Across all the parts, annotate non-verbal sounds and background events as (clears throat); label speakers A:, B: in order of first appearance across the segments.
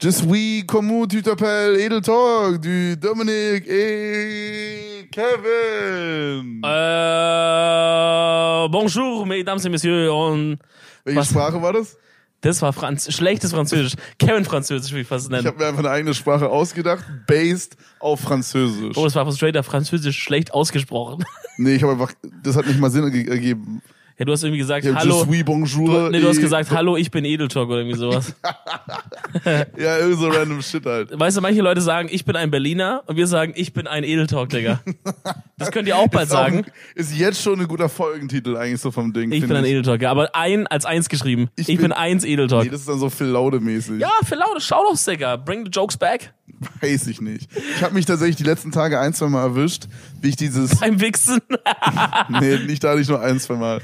A: Je suis comment tu t'appelles et le talk du Dominic et Kevin.
B: Äh, bonjour, mesdames et messieurs. Und
A: Welche
B: was-
A: Sprache war das?
B: das war Franz schlechtes Französisch. Kevin Französisch, wie ich fast
A: Ich
B: nennen.
A: habe mir einfach eine eigene Sprache ausgedacht, based auf Französisch.
B: Oh, das war straighter Französisch schlecht ausgesprochen. (laughs)
A: Nee, ich habe einfach, das hat nicht mal Sinn ge- ergeben.
B: Ja, du hast irgendwie gesagt,
A: Ich hab
B: hallo.
A: Je suis bonjour. eh.
B: Du, nee, du hast
A: et-
B: gesagt, hallo, ich bin Edeltalk oder irgendwie (laughs) sowas.
A: Ja, irgend so random shit halt.
B: Weißt du, manche Leute sagen, ich bin ein Berliner und wir sagen, ich bin ein Edeltalk, Digga. Das könnt ihr auch bald sagen.
A: Ist jetzt schon ein guter Folgentitel eigentlich so vom Ding.
B: Ich
A: find
B: bin ein Edeltalk, ja, aber ein als eins geschrieben. Ich, bin,
A: bin-
B: eins
A: Nee,
B: Edeltalk.
A: das ist dann so Phil Laude-mäßig.
B: ja, für Laune, schau doch, Digga. Bring the jokes back.
A: Weiß ich nicht. Ich habe mich tatsächlich die letzten Tage ein, zwei Mal erwischt, wie ich dieses.
B: Beim Wichsen. (laughs)
A: nee, nicht dadurch nur ein, zwei Mal.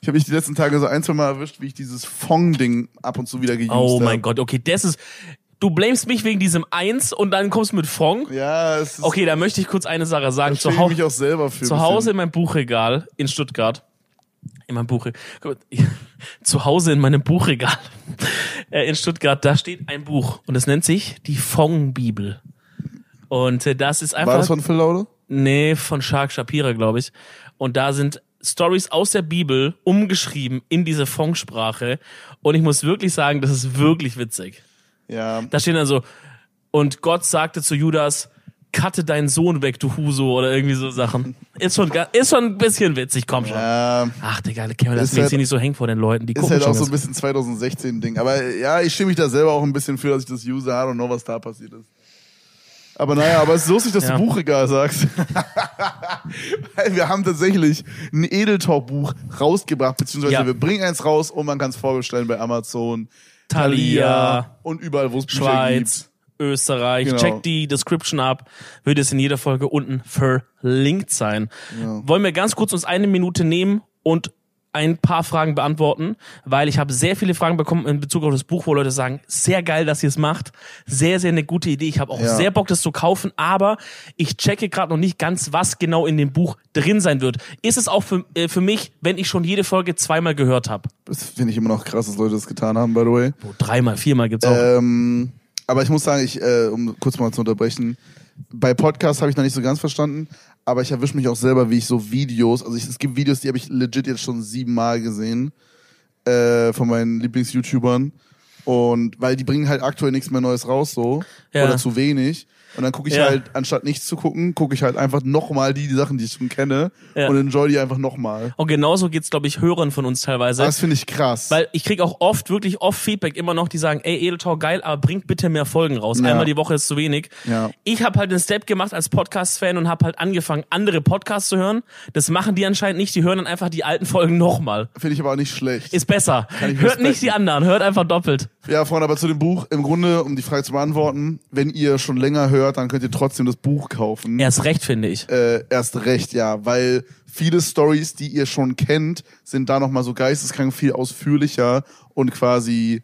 A: Ich habe mich die letzten Tage so ein, zwei Mal erwischt, wie ich dieses Fong-Ding ab und zu wieder geused
B: Oh mein
A: hab.
B: Gott, okay, das ist. Du blamest mich wegen diesem Eins und dann kommst du mit Fong.
A: Ja, es ist.
B: Okay, da möchte ich kurz eine Sache sagen.
A: zu
B: Zu, Hau
A: mich auch selber für. ein
B: zu Hause in meinem Buchregal in Stuttgart. In meinem Buchregal. (laughs) Zu Hause in meinem Buchregal (laughs) äh, in Stuttgart, da steht ein Buch und es nennt sich die Fong-Bibel. Und äh, das ist
A: bisschen.
B: einfach.
A: War das von Phil Laude?
B: Nee, von Shark Shapira, glaube ich. Und da sind Stories aus der Bibel umgeschrieben in diese Fong-Sprache. Und ich muss wirklich sagen, das ist wirklich witzig.
A: Ja.
B: Da stehen dann so, und Gott sagte zu Judas, cutte deinen Sohn weg, du Huso, oder irgendwie so Sachen. Ist schon, ga- ist schon ein bisschen witzig, komm schon.
A: ja.
B: Ach, Digga, Kevin, lass
A: Ist
B: mich
A: halt-
B: hier nicht so hängen vor den Leuten, die
A: Ähm, Ist
B: gucken
A: halt auch
B: schon.
A: so ein
B: jetzt.
A: bisschen 2016-Ding. Aber äh, ja, ich schäme mich da selber auch ein bisschen für, dass ich das user I don't know, was da passiert ist. Aber naja, aber es ist lustig, dass
B: Ja.
A: du Buchregal
B: (laughs)
A: sagst. Weil wir haben tatsächlich ein Edeltalk-Buch rausgebracht, beziehungsweise
B: Ja.
A: wir bringen eins raus und man kann es vorbestellen bei Amazon,
B: Thalia,
A: und überall, wo es Bücher
B: Schweiz, Österreich.
A: Genau.
B: Checkt die Description ab. Wird es in jeder Folge unten verlinkt sein. Wollen wir ganz kurz uns eine Minute nehmen und ein paar Fragen beantworten, weil ich habe sehr viele Fragen bekommen in Bezug auf das Buch, wo Leute sagen, sehr geil, dass ihr es macht, sehr, sehr eine gute Idee, ich habe auch
A: Ja.
B: sehr Bock, das zu kaufen, aber ich checke gerade noch nicht ganz, was genau in dem Buch drin sein wird. Ist es auch für, äh, für mich, wenn ich schon jede Folge zweimal gehört habe?
A: gibt. Das finde ich immer noch krass, dass Leute das getan haben, by the way.
B: Oh, dreimal, viermal gibt's auch.
A: Ähm, aber ich muss sagen, ich, äh, um kurz mal zu unterbrechen, bei Podcasts habe ich noch nicht so ganz verstanden, aber ich erwische mich auch selber, wie ich so Videos, also ich, es gibt Videos, die habe ich legit jetzt schon siebenmal gesehen äh, von meinen Lieblings-YouTubern. Und weil die bringen halt aktuell nichts mehr Neues raus, so.
B: Ja.
A: Oder zu wenig. Und dann gucke ich
B: Ja.
A: halt, anstatt nichts zu gucken, gucke ich halt einfach nochmal die, die Sachen, die ich schon kenne
B: Ja.
A: und enjoy die einfach nochmal.
B: Und genauso geht's, glaube ich, Hörern von uns teilweise.
A: Das finde ich krass.
B: Weil ich krieg auch oft, wirklich oft Feedback immer noch, die sagen, ey, Edeltau, geil, aber bringt bitte mehr Folgen raus.
A: Ja.
B: Einmal die Woche ist zu wenig.
A: Ja.
B: Ich habe halt einen Step gemacht als Podcast-Fan und habe halt angefangen, andere Podcasts zu hören. Das machen die anscheinend nicht, die hören dann einfach die alten Folgen nochmal.
A: finde ich aber auch nicht schlecht.
B: Ist besser.
A: ich
B: Hört nicht
A: respekten.
B: die anderen, hört einfach doppelt.
A: Ja, Freunde, aber zu dem Buch, im Grunde, um die Frage zu beantworten, wenn ihr schon länger hört, dann könnt ihr trotzdem das Buch kaufen.
B: Erst recht, finde ich.
A: Äh, erst recht, ja, weil viele Stories, die ihr schon kennt, sind da nochmal so geisteskrank viel ausführlicher und quasi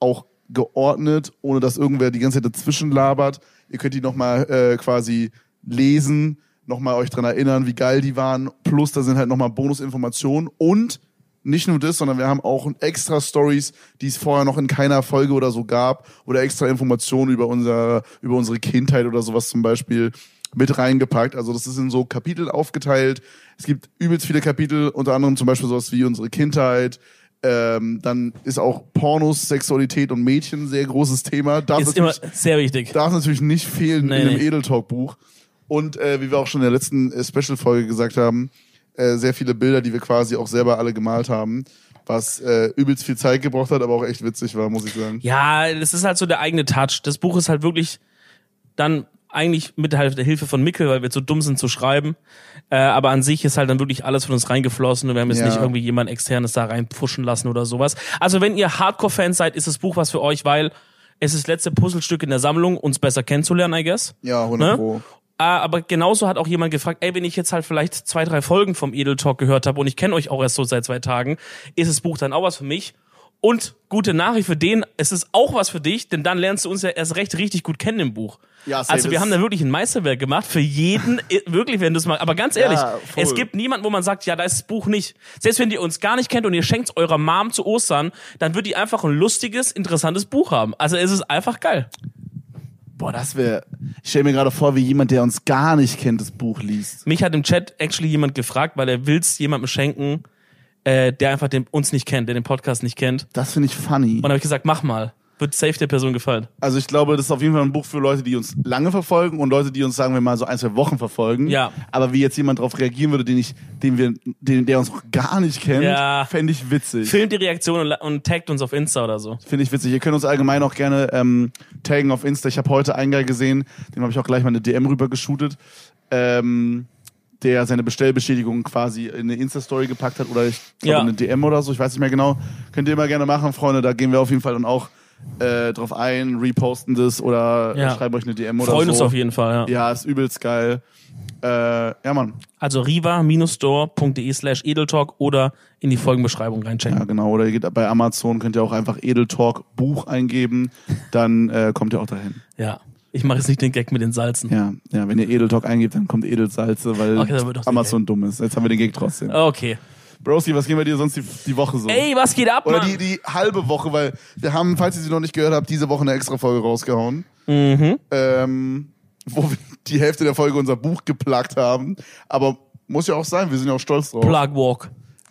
A: auch geordnet, ohne dass irgendwer die ganze Zeit dazwischen labert. Ihr könnt die nochmal äh, quasi lesen, nochmal euch dran erinnern, wie geil die waren. Plus, da sind halt nochmal Bonusinformationen und nicht nur das, sondern wir haben auch extra Stories, die es vorher noch in keiner Folge oder so gab oder extra Informationen über unser, über unsere Kindheit oder sowas zum Beispiel mit reingepackt. Also das ist in so Kapitel aufgeteilt. Es gibt übelst viele Kapitel, unter anderem zum Beispiel sowas wie unsere Kindheit. Ähm, dann ist auch Pornos, Sexualität und Mädchen ein sehr großes Thema. Darf
B: Ist immer
A: natürlich-
B: sehr wichtig.
A: darf natürlich nicht fehlen
B: Nee,
A: in einem
B: nee.
A: Edeltalk-Buch. Und äh, wie wir auch schon in der letzten äh, Special-Folge gesagt haben, äh, sehr viele Bilder, die wir quasi auch selber alle gemalt haben, was äh, übelst viel Zeit gebraucht hat, aber auch echt witzig war, muss ich sagen.
B: Ja, das ist halt so der eigene Touch. Das Buch ist halt wirklich dann eigentlich mit halt der Hilfe von Mickel, weil wir zu dumm sind zu schreiben. Äh, aber an sich ist halt dann wirklich alles von uns reingeflossen und wir haben jetzt
A: Ja.
B: nicht irgendwie jemand externes da reinpfuschen lassen oder sowas. Also wenn ihr Hardcore-Fans seid, ist das Buch was für euch, weil es ist das letzte Puzzlestück in der Sammlung, uns besser kennenzulernen, I guess.
A: Ja, 100
B: Ne?
A: Pro.
B: Ah, aber genauso hat auch jemand gefragt, ey, wenn ich jetzt halt vielleicht zwei, drei Folgen vom Edel Talk gehört habe und ich kenne euch auch erst so seit zwei Tagen, ist das Buch dann auch was für mich? Und gute Nachricht für den, es ist auch was für dich, denn dann lernst du uns ja erst recht richtig gut kennen im Buch.
A: Ja, safe
B: also wir
A: ist-
B: haben da wirklich ein Meisterwerk gemacht
A: (laughs)
B: für jeden, i- wirklich, wenn du es mal, aber ganz ehrlich,
A: Ja, voll.
B: es gibt niemanden, wo man sagt, ja, da ist das Buch nicht. Selbst wenn ihr uns gar nicht kennt und ihr schenkt eurer Mom zu Ostern, dann wird die einfach ein lustiges, interessantes Buch haben. Also es ist einfach geil.
A: Boah, das wäre. Ich stelle mir gerade vor, wie jemand, der uns gar nicht kennt, das Buch liest.
B: Mich hat im Chat actually jemand gefragt, weil er will's jemandem schenken, äh, der einfach den, uns nicht kennt, der den Podcast nicht kennt. Und
A: Das finde ich funny.
B: dann habe ich gesagt, mach mal. Wird safe der Person gefallen.
A: Also ich glaube, das ist auf jeden Fall ein Buch für Leute, die uns lange verfolgen und Leute, die uns, sagen wir mal, so ein, zwei Wochen verfolgen.
B: Ja.
A: Aber wie jetzt jemand darauf reagieren würde, den ich, den wir, den, der uns noch gar nicht kennt,
B: Ja.
A: fände ich witzig.
B: Filmt die Reaktion und, la- und taggt uns auf Insta oder so.
A: Finde ich witzig. Ihr könnt uns allgemein auch gerne ähm, taggen auf Insta. Ich habe heute einen Guy gesehen, dem habe ich auch gleich mal eine DM rüber geshootet, ähm, der seine Bestellbeschädigung quasi in eine Insta-Story gepackt hat oder ich glaube
B: Ja.
A: eine DM oder so, ich weiß nicht mehr genau. Könnt ihr immer gerne machen, Freunde. Da gehen wir auf jeden Fall dann auch äh, drauf ein, reposten das oder
B: Ja.
A: äh, schreiben euch eine DM oder
B: Freuen
A: so.
B: uns auf jeden Fall, ja.
A: Ja, ist übelst geil. Äh, ja, Mann.
B: Also riva-store.de slash edeltalk oder in die Folgenbeschreibung
A: Ja,
B: reinchecken.
A: genau. Oder ihr geht bei Amazon, könnt ihr auch einfach Edeltalk Buch eingeben. Dann äh, kommt ihr auch dahin.
B: Ja. Ich mache jetzt nicht den Gag mit den Salzen.
A: Ja, ja, wenn ihr Edeltalk eingebt, dann kommt Edelsalze, weil
B: Okay, dann wird doch
A: Amazon dumm ist. Jetzt haben wir den Gag trotzdem.
B: Okay.
A: Broski, was gehen bei dir sonst die, die Woche so?
B: Ey, was geht ab,
A: Oder
B: Mann?
A: die, die halbe Woche, weil wir haben, falls ihr sie noch nicht gehört habt, diese Woche eine extra Folge rausgehauen. Ähm, wo wir die Hälfte der Folge unser Buch geplagt haben. Aber muss ja auch sein, wir sind ja auch stolz drauf.
B: Plug Walk.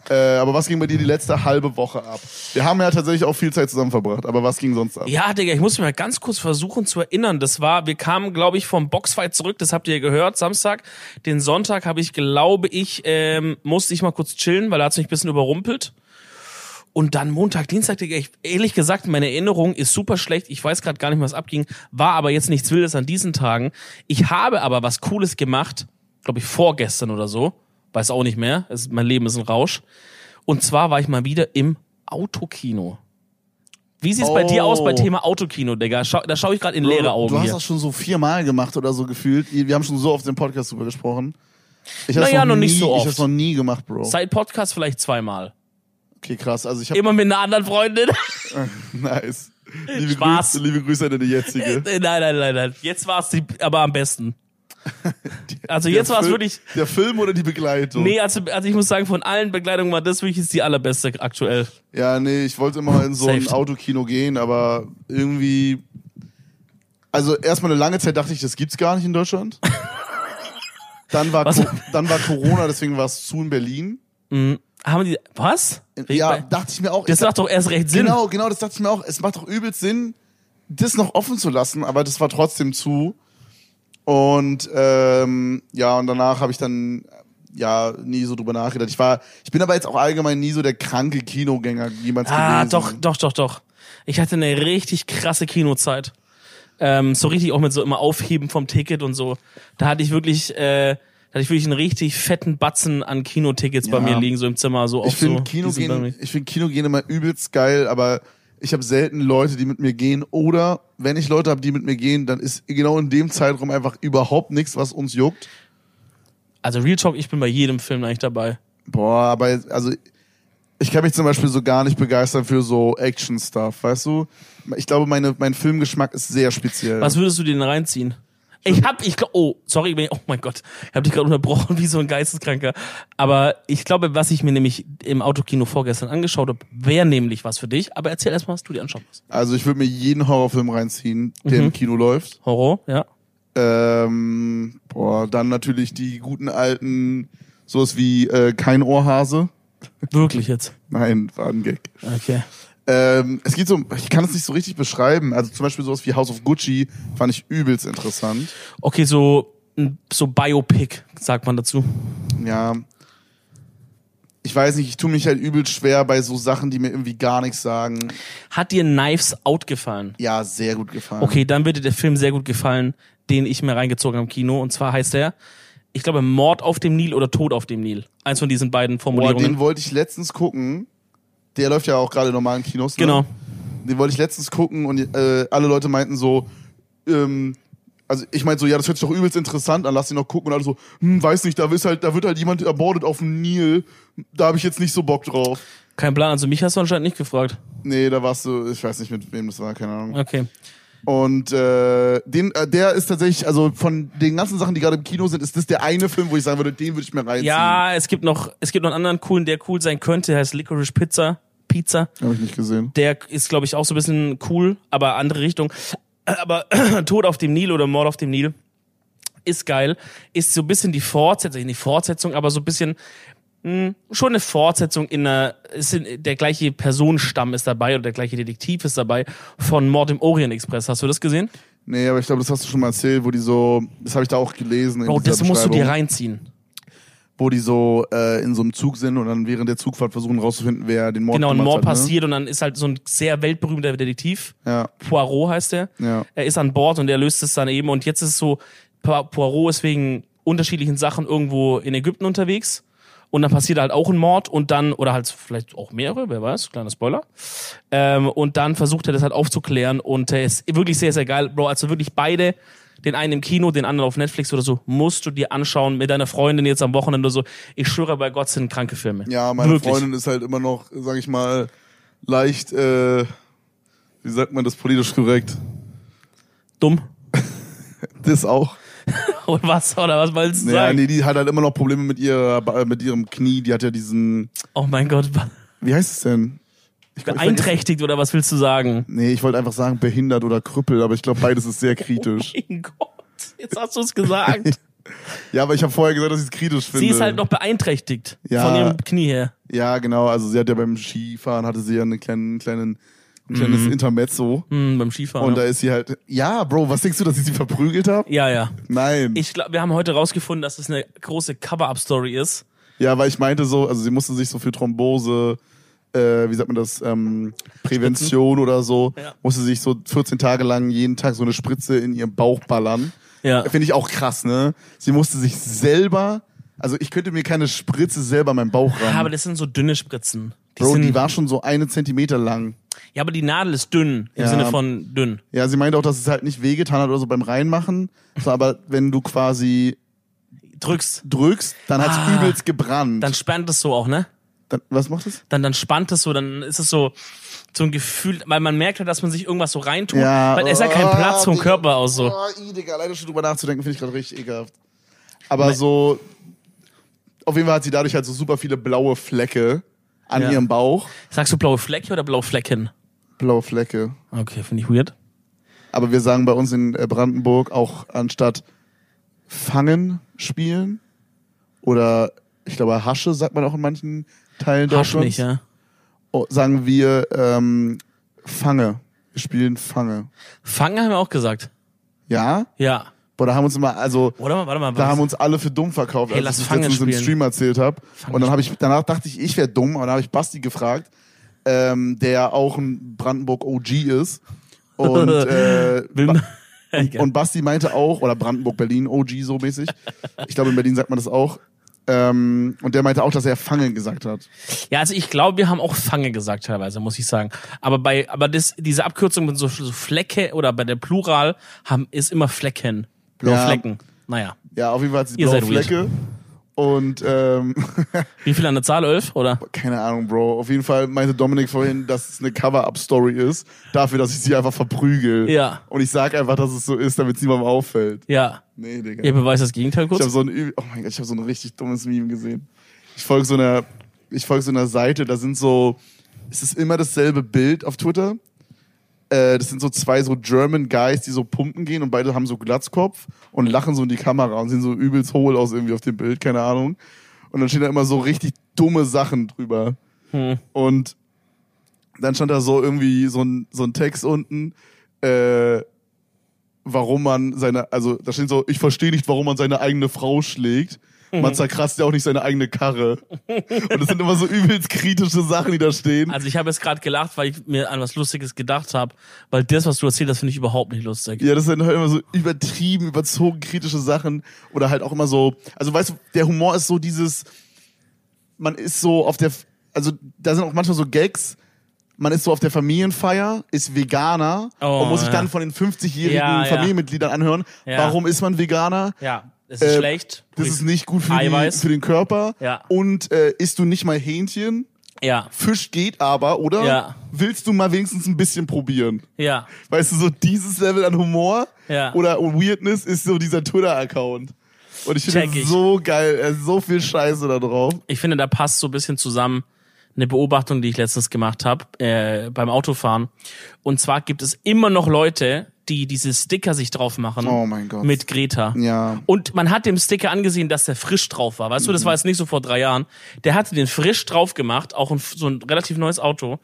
A: Äh, aber was ging bei dir die letzte halbe Woche ab? Wir haben ja tatsächlich auch viel Zeit zusammen verbracht, aber was ging sonst ab?
B: Ja, Digga, ich muss mich mal ganz kurz versuchen zu erinnern. Das war, wir kamen, glaube ich, vom Boxfight zurück, das habt ihr gehört, Samstag. Den Sonntag habe ich, glaube ich, ähm, musste ich mal kurz chillen, weil er hat mich ein bisschen überrumpelt. Und dann Montag, Dienstag, Digga, ich, ehrlich gesagt, meine Erinnerung ist super schlecht. Ich weiß gerade gar nicht, was abging. War aber jetzt nichts Wildes an diesen Tagen. Ich habe aber was Cooles gemacht, glaube ich, vorgestern oder so. Weiß auch nicht mehr. Es, mein Leben ist ein Rausch. Und zwar war ich mal wieder im Autokino. Wie sieht's bei dir aus bei
A: Oh.
B: Thema Autokino, Digga? Schau, da schaue ich gerade in leere
A: Du
B: Augen
A: hast
B: hier.
A: das schon so viermal gemacht oder so gefühlt. Wir haben schon so oft im Podcast drüber gesprochen. Ich hab's
B: Naja, noch nicht
A: nie,
B: so
A: Ich
B: oft.
A: hab's noch nie gemacht, Bro.
B: Seit Podcast vielleicht zweimal.
A: Okay, krass. Also ich hab
B: Immer mit einer
A: (laughs)
B: anderen Freundin.
A: nice. Liebe
B: Spaß. Äh,
A: Grüße, liebe Grüße an deine jetzige.
B: nein, nein, nein, nein. Jetzt war's die, aber
A: (laughs)
B: am besten. Also
A: Der
B: jetzt war's
A: Film-
B: wirklich.
A: Der Film oder die Begleitung?
B: Nee, also, also ich muss sagen, von allen Begleitungen war das wirklich jetzt die allerbeste aktuell.
A: Ja, nee, ich wollte immer in so ein
B: Safe.
A: Autokino gehen, aber irgendwie. Also erstmal eine lange Zeit dachte ich, das gibt's gar nicht in
B: (laughs)
A: Deutschland. dann, war
B: Was?
A: Co dann war Corona, deswegen war es zu in Berlin.
B: Haben die. Was?
A: Ja,
B: Bei-
A: dachte ich mir auch.
B: Das macht doch erst recht Sinn.
A: Genau, genau, das dachte ich mir auch. Es macht doch übelst Sinn, das noch offen zu lassen, aber das war trotzdem zu. Und ähm, ja, und danach habe ich dann äh, ja nie so drüber nachgedacht. Ich war, ich bin aber jetzt auch allgemein nie so der kranke Kinogänger jemals
B: Ah,
A: gewesen.
B: doch, doch, doch, doch. Ich hatte eine richtig krasse Kinozeit. Ähm, so richtig auch mit so immer Aufheben vom Ticket und so. Da hatte ich wirklich, äh, da hatte ich wirklich einen richtig fetten Batzen an Kinotickets bei
A: Ja.
B: mir liegen, so im Zimmer, so
A: Ich
B: auch so.
A: finde Kino
B: Die sind bei mir-
A: gehen, ich finde Kino gehen immer übelst geil, aber ich habe selten Leute, die mit mir gehen. Oder wenn ich Leute habe, die mit mir gehen, dann ist genau in dem Zeitraum einfach überhaupt nichts, was uns juckt.
B: Also Real Talk, ich bin bei jedem Film eigentlich dabei.
A: Boah, aber also ich kann mich zum Beispiel so gar nicht begeistern für so Action-Stuff, weißt du? Ich glaube, meine, mein Filmgeschmack ist sehr speziell.
B: Was würdest du denn reinziehen? Ich hab, ich glaube, oh, sorry, wenn ich- oh mein Gott, ich habe dich gerade unterbrochen (laughs) wie so ein Geisteskranker. Aber ich glaube, was ich mir nämlich im Autokino vorgestern angeschaut habe, wäre nämlich was für dich. Aber erzähl erst mal, was du dir anschauen musst.
A: Also ich würde mir jeden Horrorfilm reinziehen, der im Kino läuft.
B: Horror, ja.
A: Ähm, boah, dann natürlich die guten alten, sowas wie äh, Kein Ohrhase.
B: Wirklich jetzt.
A: Nein, war ein Gag.
B: Okay.
A: Ähm, es geht so, ich kann es nicht so richtig beschreiben. Also zum Beispiel sowas wie House of Gucci fand ich übelst interessant.
B: Okay, so ein- so Biopic sagt man dazu.
A: Ja. Ich weiß nicht, ich tue mich halt übel schwer bei so Sachen, die mir irgendwie gar nichts sagen.
B: Hat dir Knives Out gefallen?
A: Ja, sehr gut gefallen.
B: Okay, dann wird dir der Film sehr gut gefallen, den ich mir reingezogen habe im Kino. Und zwar heißt er, ich glaube, Mord auf dem Nil oder Tod auf dem Nil. Eins von diesen beiden
A: Boah,
B: Formulierungen.
A: den wollte ich letztens gucken. Der läuft ja auch gerade in normalen Kinos. Ne?
B: genau.
A: den wollte ich letztens gucken und äh, alle Leute meinten so, ähm, also ich meinte so, ja, das hört sich doch übelst interessant an, lass ihn noch gucken und alle so, hm, weiß nicht, da ist halt, da wird halt jemand ermordet auf dem Nil, da habe ich jetzt nicht so Bock drauf.
B: Kein Plan, also mich hast du anscheinend nicht gefragt.
A: Nee, da warst du, ich weiß nicht mit wem das war, keine Ahnung.
B: Okay.
A: Und äh, den, äh, der ist tatsächlich, also von den ganzen Sachen, die gerade im Kino sind, ist das der eine Film, wo ich sagen würde, den würde ich mir reinziehen.
B: Ja, es gibt noch, es gibt noch einen anderen coolen, der cool sein könnte, der heißt Licorice Pizza. Pizza.
A: Habe ich nicht gesehen.
B: Der ist, glaube ich, auch so ein bisschen cool, aber andere Richtung. Äh, Aber (clears throat) Tod auf dem Nil oder Mord auf dem Nil ist geil. Ist so ein bisschen die Fortsetzung, nicht die Fortsetzung, aber so ein bisschen mh, schon eine Fortsetzung in einer, ist in, der gleiche Personenstamm ist dabei oder der gleiche Detektiv ist dabei von Mord im Orient Express. Hast du das gesehen?
A: Nee, aber ich glaube, das hast du schon mal erzählt, wo die so, das habe ich da auch gelesen. in
B: Bro,
A: dieser
B: das musst du dir
A: Beschreibung.
B: reinziehen.
A: wo die so äh, in so einem Zug sind und dann während der Zugfahrt versuchen rauszufinden, wer den Mord
B: Genau, ein
A: gemacht
B: Mord
A: hat,
B: passiert und dann ist halt so ein sehr weltberühmter Detektiv.
A: Ne?
B: Poirot heißt er.
A: Ja.
B: Er ist an Bord und er löst es dann eben. Und jetzt ist es so, Po- Poirot ist wegen unterschiedlichen Sachen irgendwo in Ägypten unterwegs. Und dann passiert halt auch ein Mord und dann, oder halt vielleicht auch mehrere, wer weiß, kleiner Spoiler. Ähm, und dann versucht er das halt aufzuklären und er ist wirklich sehr, sehr geil, Bro. Also wirklich beide, den einen im Kino, den anderen auf Netflix oder so, musst du dir anschauen mit deiner Freundin jetzt am Wochenende oder so. Ich schwöre bei Gott, sind kranke Filme.
A: Ja. ja, meine
B: Wirklich.
A: Freundin ist halt immer noch, sag ich mal, leicht, äh, wie sagt man das politisch korrekt?
B: Dumm. (laughs)
A: Das auch.
B: Oder was? Oder was wolltest du
A: Ja,
B: sagen?
A: nee, die hat halt immer noch Probleme mit ihrer, äh, mit ihrem Knie. Die hat ja diesen,
B: Oh mein Gott.
A: wie heißt es denn?
B: (laughs)
A: Ich, glaub, ich vergesse-
B: Beeinträchtigt oder was willst du sagen?
A: Nee, ich wollte einfach sagen behindert oder Krüppel, aber ich glaube, beides ist sehr
B: (laughs)
A: kritisch.
B: Mein Gott, jetzt hast du es gesagt.
A: Ja, aber ich habe vorher gesagt, dass ich es kritisch finde.
B: Sie ist halt noch beeinträchtigt
A: Ja.
B: von ihrem Knie her.
A: Ja, genau. Also sie hat ja beim Skifahren hatte sie ja einen kleinen, kleinen, ein kleines
B: Mhm.
A: Intermezzo.
B: Hm, beim Skifahren.
A: Und da ist sie halt. Ja, Bro, was denkst du, dass ich sie verprügelt habe?
B: ja, ja.
A: Nein.
B: Ich glaube, wir haben heute rausgefunden, dass es eine große Cover-Up-Story ist.
A: ja, weil ich meinte so, also sie musste sich so für Thrombose, äh, wie sagt man das, ähm, Prävention oder so,
B: Ja.
A: musste sich so 14 Tage lang jeden Tag so eine Spritze in ihren Bauch ballern.
B: Ja.
A: Finde ich auch krass, ne? Sie musste sich selber, also ich könnte mir keine Spritze selber in meinen Bauch ran.
B: Aber das sind so dünne Spritzen. Die
A: Bro,
B: sind,
A: die war schon so eine Zentimeter lang.
B: ja, aber die Nadel ist dünn, im
A: Ja.
B: Sinne von dünn.
A: Ja, sie meinte auch, dass es halt nicht wehgetan hat oder so beim Reinmachen. So, aber wenn du quasi
B: Drückst,
A: drückst, dann hat's
B: Ah.
A: übelst gebrannt.
B: dann spannt es so auch, ne?
A: Dann- was macht es?
B: Dann, dann spannt es so, dann ist es so, so ein Gefühl, weil man merkt halt, dass man sich irgendwas so reintut,
A: Ja.
B: weil es ist ja kein
A: Oh,
B: Platz vom
A: Digga.
B: Körper aus so.
A: Oh, i, Digga, alleine schon drüber nachzudenken, finde ich gerade richtig ekelhaft. Aber so, auf jeden Fall hat sie dadurch halt so super viele blaue Flecke an
B: Ja.
A: ihrem Bauch.
B: Sagst du blaue Flecke oder blaue Flecken?
A: Blaue Flecke.
B: Okay, finde ich weird.
A: Aber wir sagen bei uns in äh, Brandenburg auch anstatt Fangen spielen oder ich glaube Hasche sagt man auch in manchen Teilen
B: Hasch
A: Deutschlands.
B: mich, ja.
A: oh, sagen wir ähm, Fange. Wir spielen Fange.
B: Fangen haben wir auch gesagt.
A: Ja?
B: Ja.
A: Boah, da haben uns immer, also
B: Oder mal, warte mal.
A: da
B: was-
A: haben uns alle für dumm verkauft,
B: Ey, lass
A: als ich das
B: Fange
A: letztens im
B: spielen.
A: Stream erzählt habe. Und dann habe ich, danach dachte ich, ich wäre dumm, aber dann habe ich Basti gefragt, ähm, der auch ein Brandenburg OG ist.
B: (laughs)
A: Und, äh,
B: Will
A: Ba-
B: (laughs) man-
A: und, und Basti meinte auch, oder Brandenburg Berlin OG so mäßig. Ich glaube, in Berlin sagt man das auch. Ähm, und der meinte auch, dass er Fange gesagt hat.
B: ja, also ich glaube, wir haben auch Fange gesagt teilweise, muss ich sagen. Aber bei, aber das, diese Abkürzung mit so, so Flecke oder bei der Plural haben, ist immer Flecken. Blaue
A: Ja.
B: Flecken. Naja.
A: Ja, auf jeden Fall hat sie
B: Ihr
A: blaue
B: seid weird.
A: Flecke. Und ähm, (laughs)
B: Wie viel an der Zahl? Elf, oder?
A: keine Ahnung, Bro. Auf jeden Fall meinte Dominik vorhin, dass es eine Cover-Up-Story ist, dafür, dass ich sie einfach verprügel.
B: Ja.
A: Und ich sag einfach, dass es so ist, damit es niemandem auffällt.
B: Ja.
A: Nee, Digga.
B: Ihr beweist das Gegenteil
A: Ich habe
B: kurz?
A: so ein üb- oh mein Gott, ich habe so ein richtig dummes Meme gesehen. Ich folge so einer ich folge so einer Seite, da sind so es ist immer dasselbe Bild auf Twitter. Äh, das sind so zwei so German Guys, die so pumpen gehen und beide haben so Glatzkopf und lachen so in die Kamera und sehen so übelst hohl aus irgendwie auf dem Bild, keine Ahnung. Und dann stehen da immer so richtig dumme Sachen drüber. Und dann stand da so irgendwie so ein, so ein Text unten, äh, warum man seine, also da steht so, ich verstehe nicht, warum man seine eigene Frau schlägt. Man zerkratzt ja auch nicht seine eigene Karre. Und das sind immer so übelst kritische Sachen, die da stehen.
B: Also ich habe jetzt gerade gelacht, weil ich mir an was Lustiges gedacht habe, weil das, was du erzählt hast, finde ich überhaupt nicht lustig.
A: Ja, das sind halt immer so übertrieben, überzogen kritische Sachen oder halt auch immer so, also weißt du, der Humor ist so dieses, man ist so auf der, also da sind auch manchmal so Gags, man ist so auf der Familienfeier, ist Veganer
B: Oh,
A: und muss sich
B: ja.
A: dann von den 50-jährigen
B: Ja, ja.
A: Familienmitgliedern anhören,
B: Ja.
A: warum ist man Veganer?
B: Ja, es ist
A: Äh,
B: schlecht.
A: Das ist nicht gut für, die,
B: Eiweiß.
A: für den Körper.
B: Ja.
A: Und äh, isst du nicht mal Hähnchen?
B: ja,
A: Fisch geht aber, oder?
B: Ja.
A: Willst du mal wenigstens ein bisschen probieren?
B: ja,
A: Weißt du, so dieses Level an Humor
B: Ja.
A: oder Weirdness ist so dieser Twitter-Account. Und ich finde
B: Check
A: das
B: ich.
A: so geil, äh, so viel Scheiße da drauf.
B: ich finde, da passt so ein bisschen zusammen eine Beobachtung, die ich letztens gemacht habe äh, beim Autofahren. Und zwar gibt es immer noch Leute, die diese Sticker sich drauf machen.
A: Oh mein Gott.
B: Mit Greta.
A: Ja.
B: Und man hat dem Sticker angesehen, dass der frisch drauf war. Weißt du, das war jetzt nicht so vor drei Jahren. Der hatte den frisch drauf gemacht, auch ein, so ein relativ neues Auto.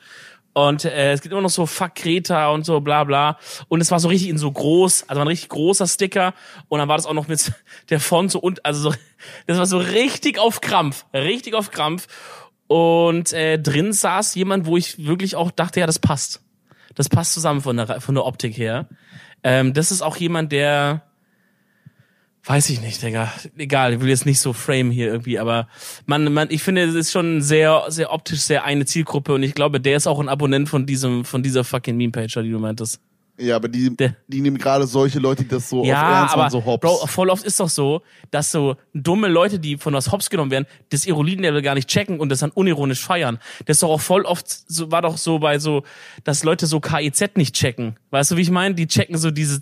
B: Und äh, es gibt immer noch so Fuck Greta und so bla bla. Und es war so richtig in so groß, also ein richtig großer Sticker. Und dann war das auch noch mit (laughs) der Font so und also so, (laughs) das war so richtig auf Krampf, richtig auf Krampf. Und äh, drin saß jemand, wo ich wirklich auch dachte, ja, das passt. Das passt zusammen von der, von der Optik her. Ähm, das ist auch jemand, der, weiß ich nicht, Digga. Egal, ich will jetzt nicht so frame hier irgendwie, aber man, man, ich finde, es ist schon sehr, sehr optisch sehr eine Zielgruppe und ich glaube, der ist auch ein Abonnent von diesem, von dieser fucking Meme-Pager, die du meintest.
A: Ja, aber die,
B: Der-
A: die nehmen gerade solche Leute, die das so auf
B: Ja,
A: Ernst
B: aber
A: machen, so hops.
B: Bro, voll oft ist doch so, dass so dumme Leute, die von was hops genommen werden, das Ironien-Level gar nicht checken und das dann unironisch feiern. Das ist doch auch voll oft, so, war doch so bei so, dass Leute so KIZ nicht checken. Weißt du, wie ich meine? Die checken so diese,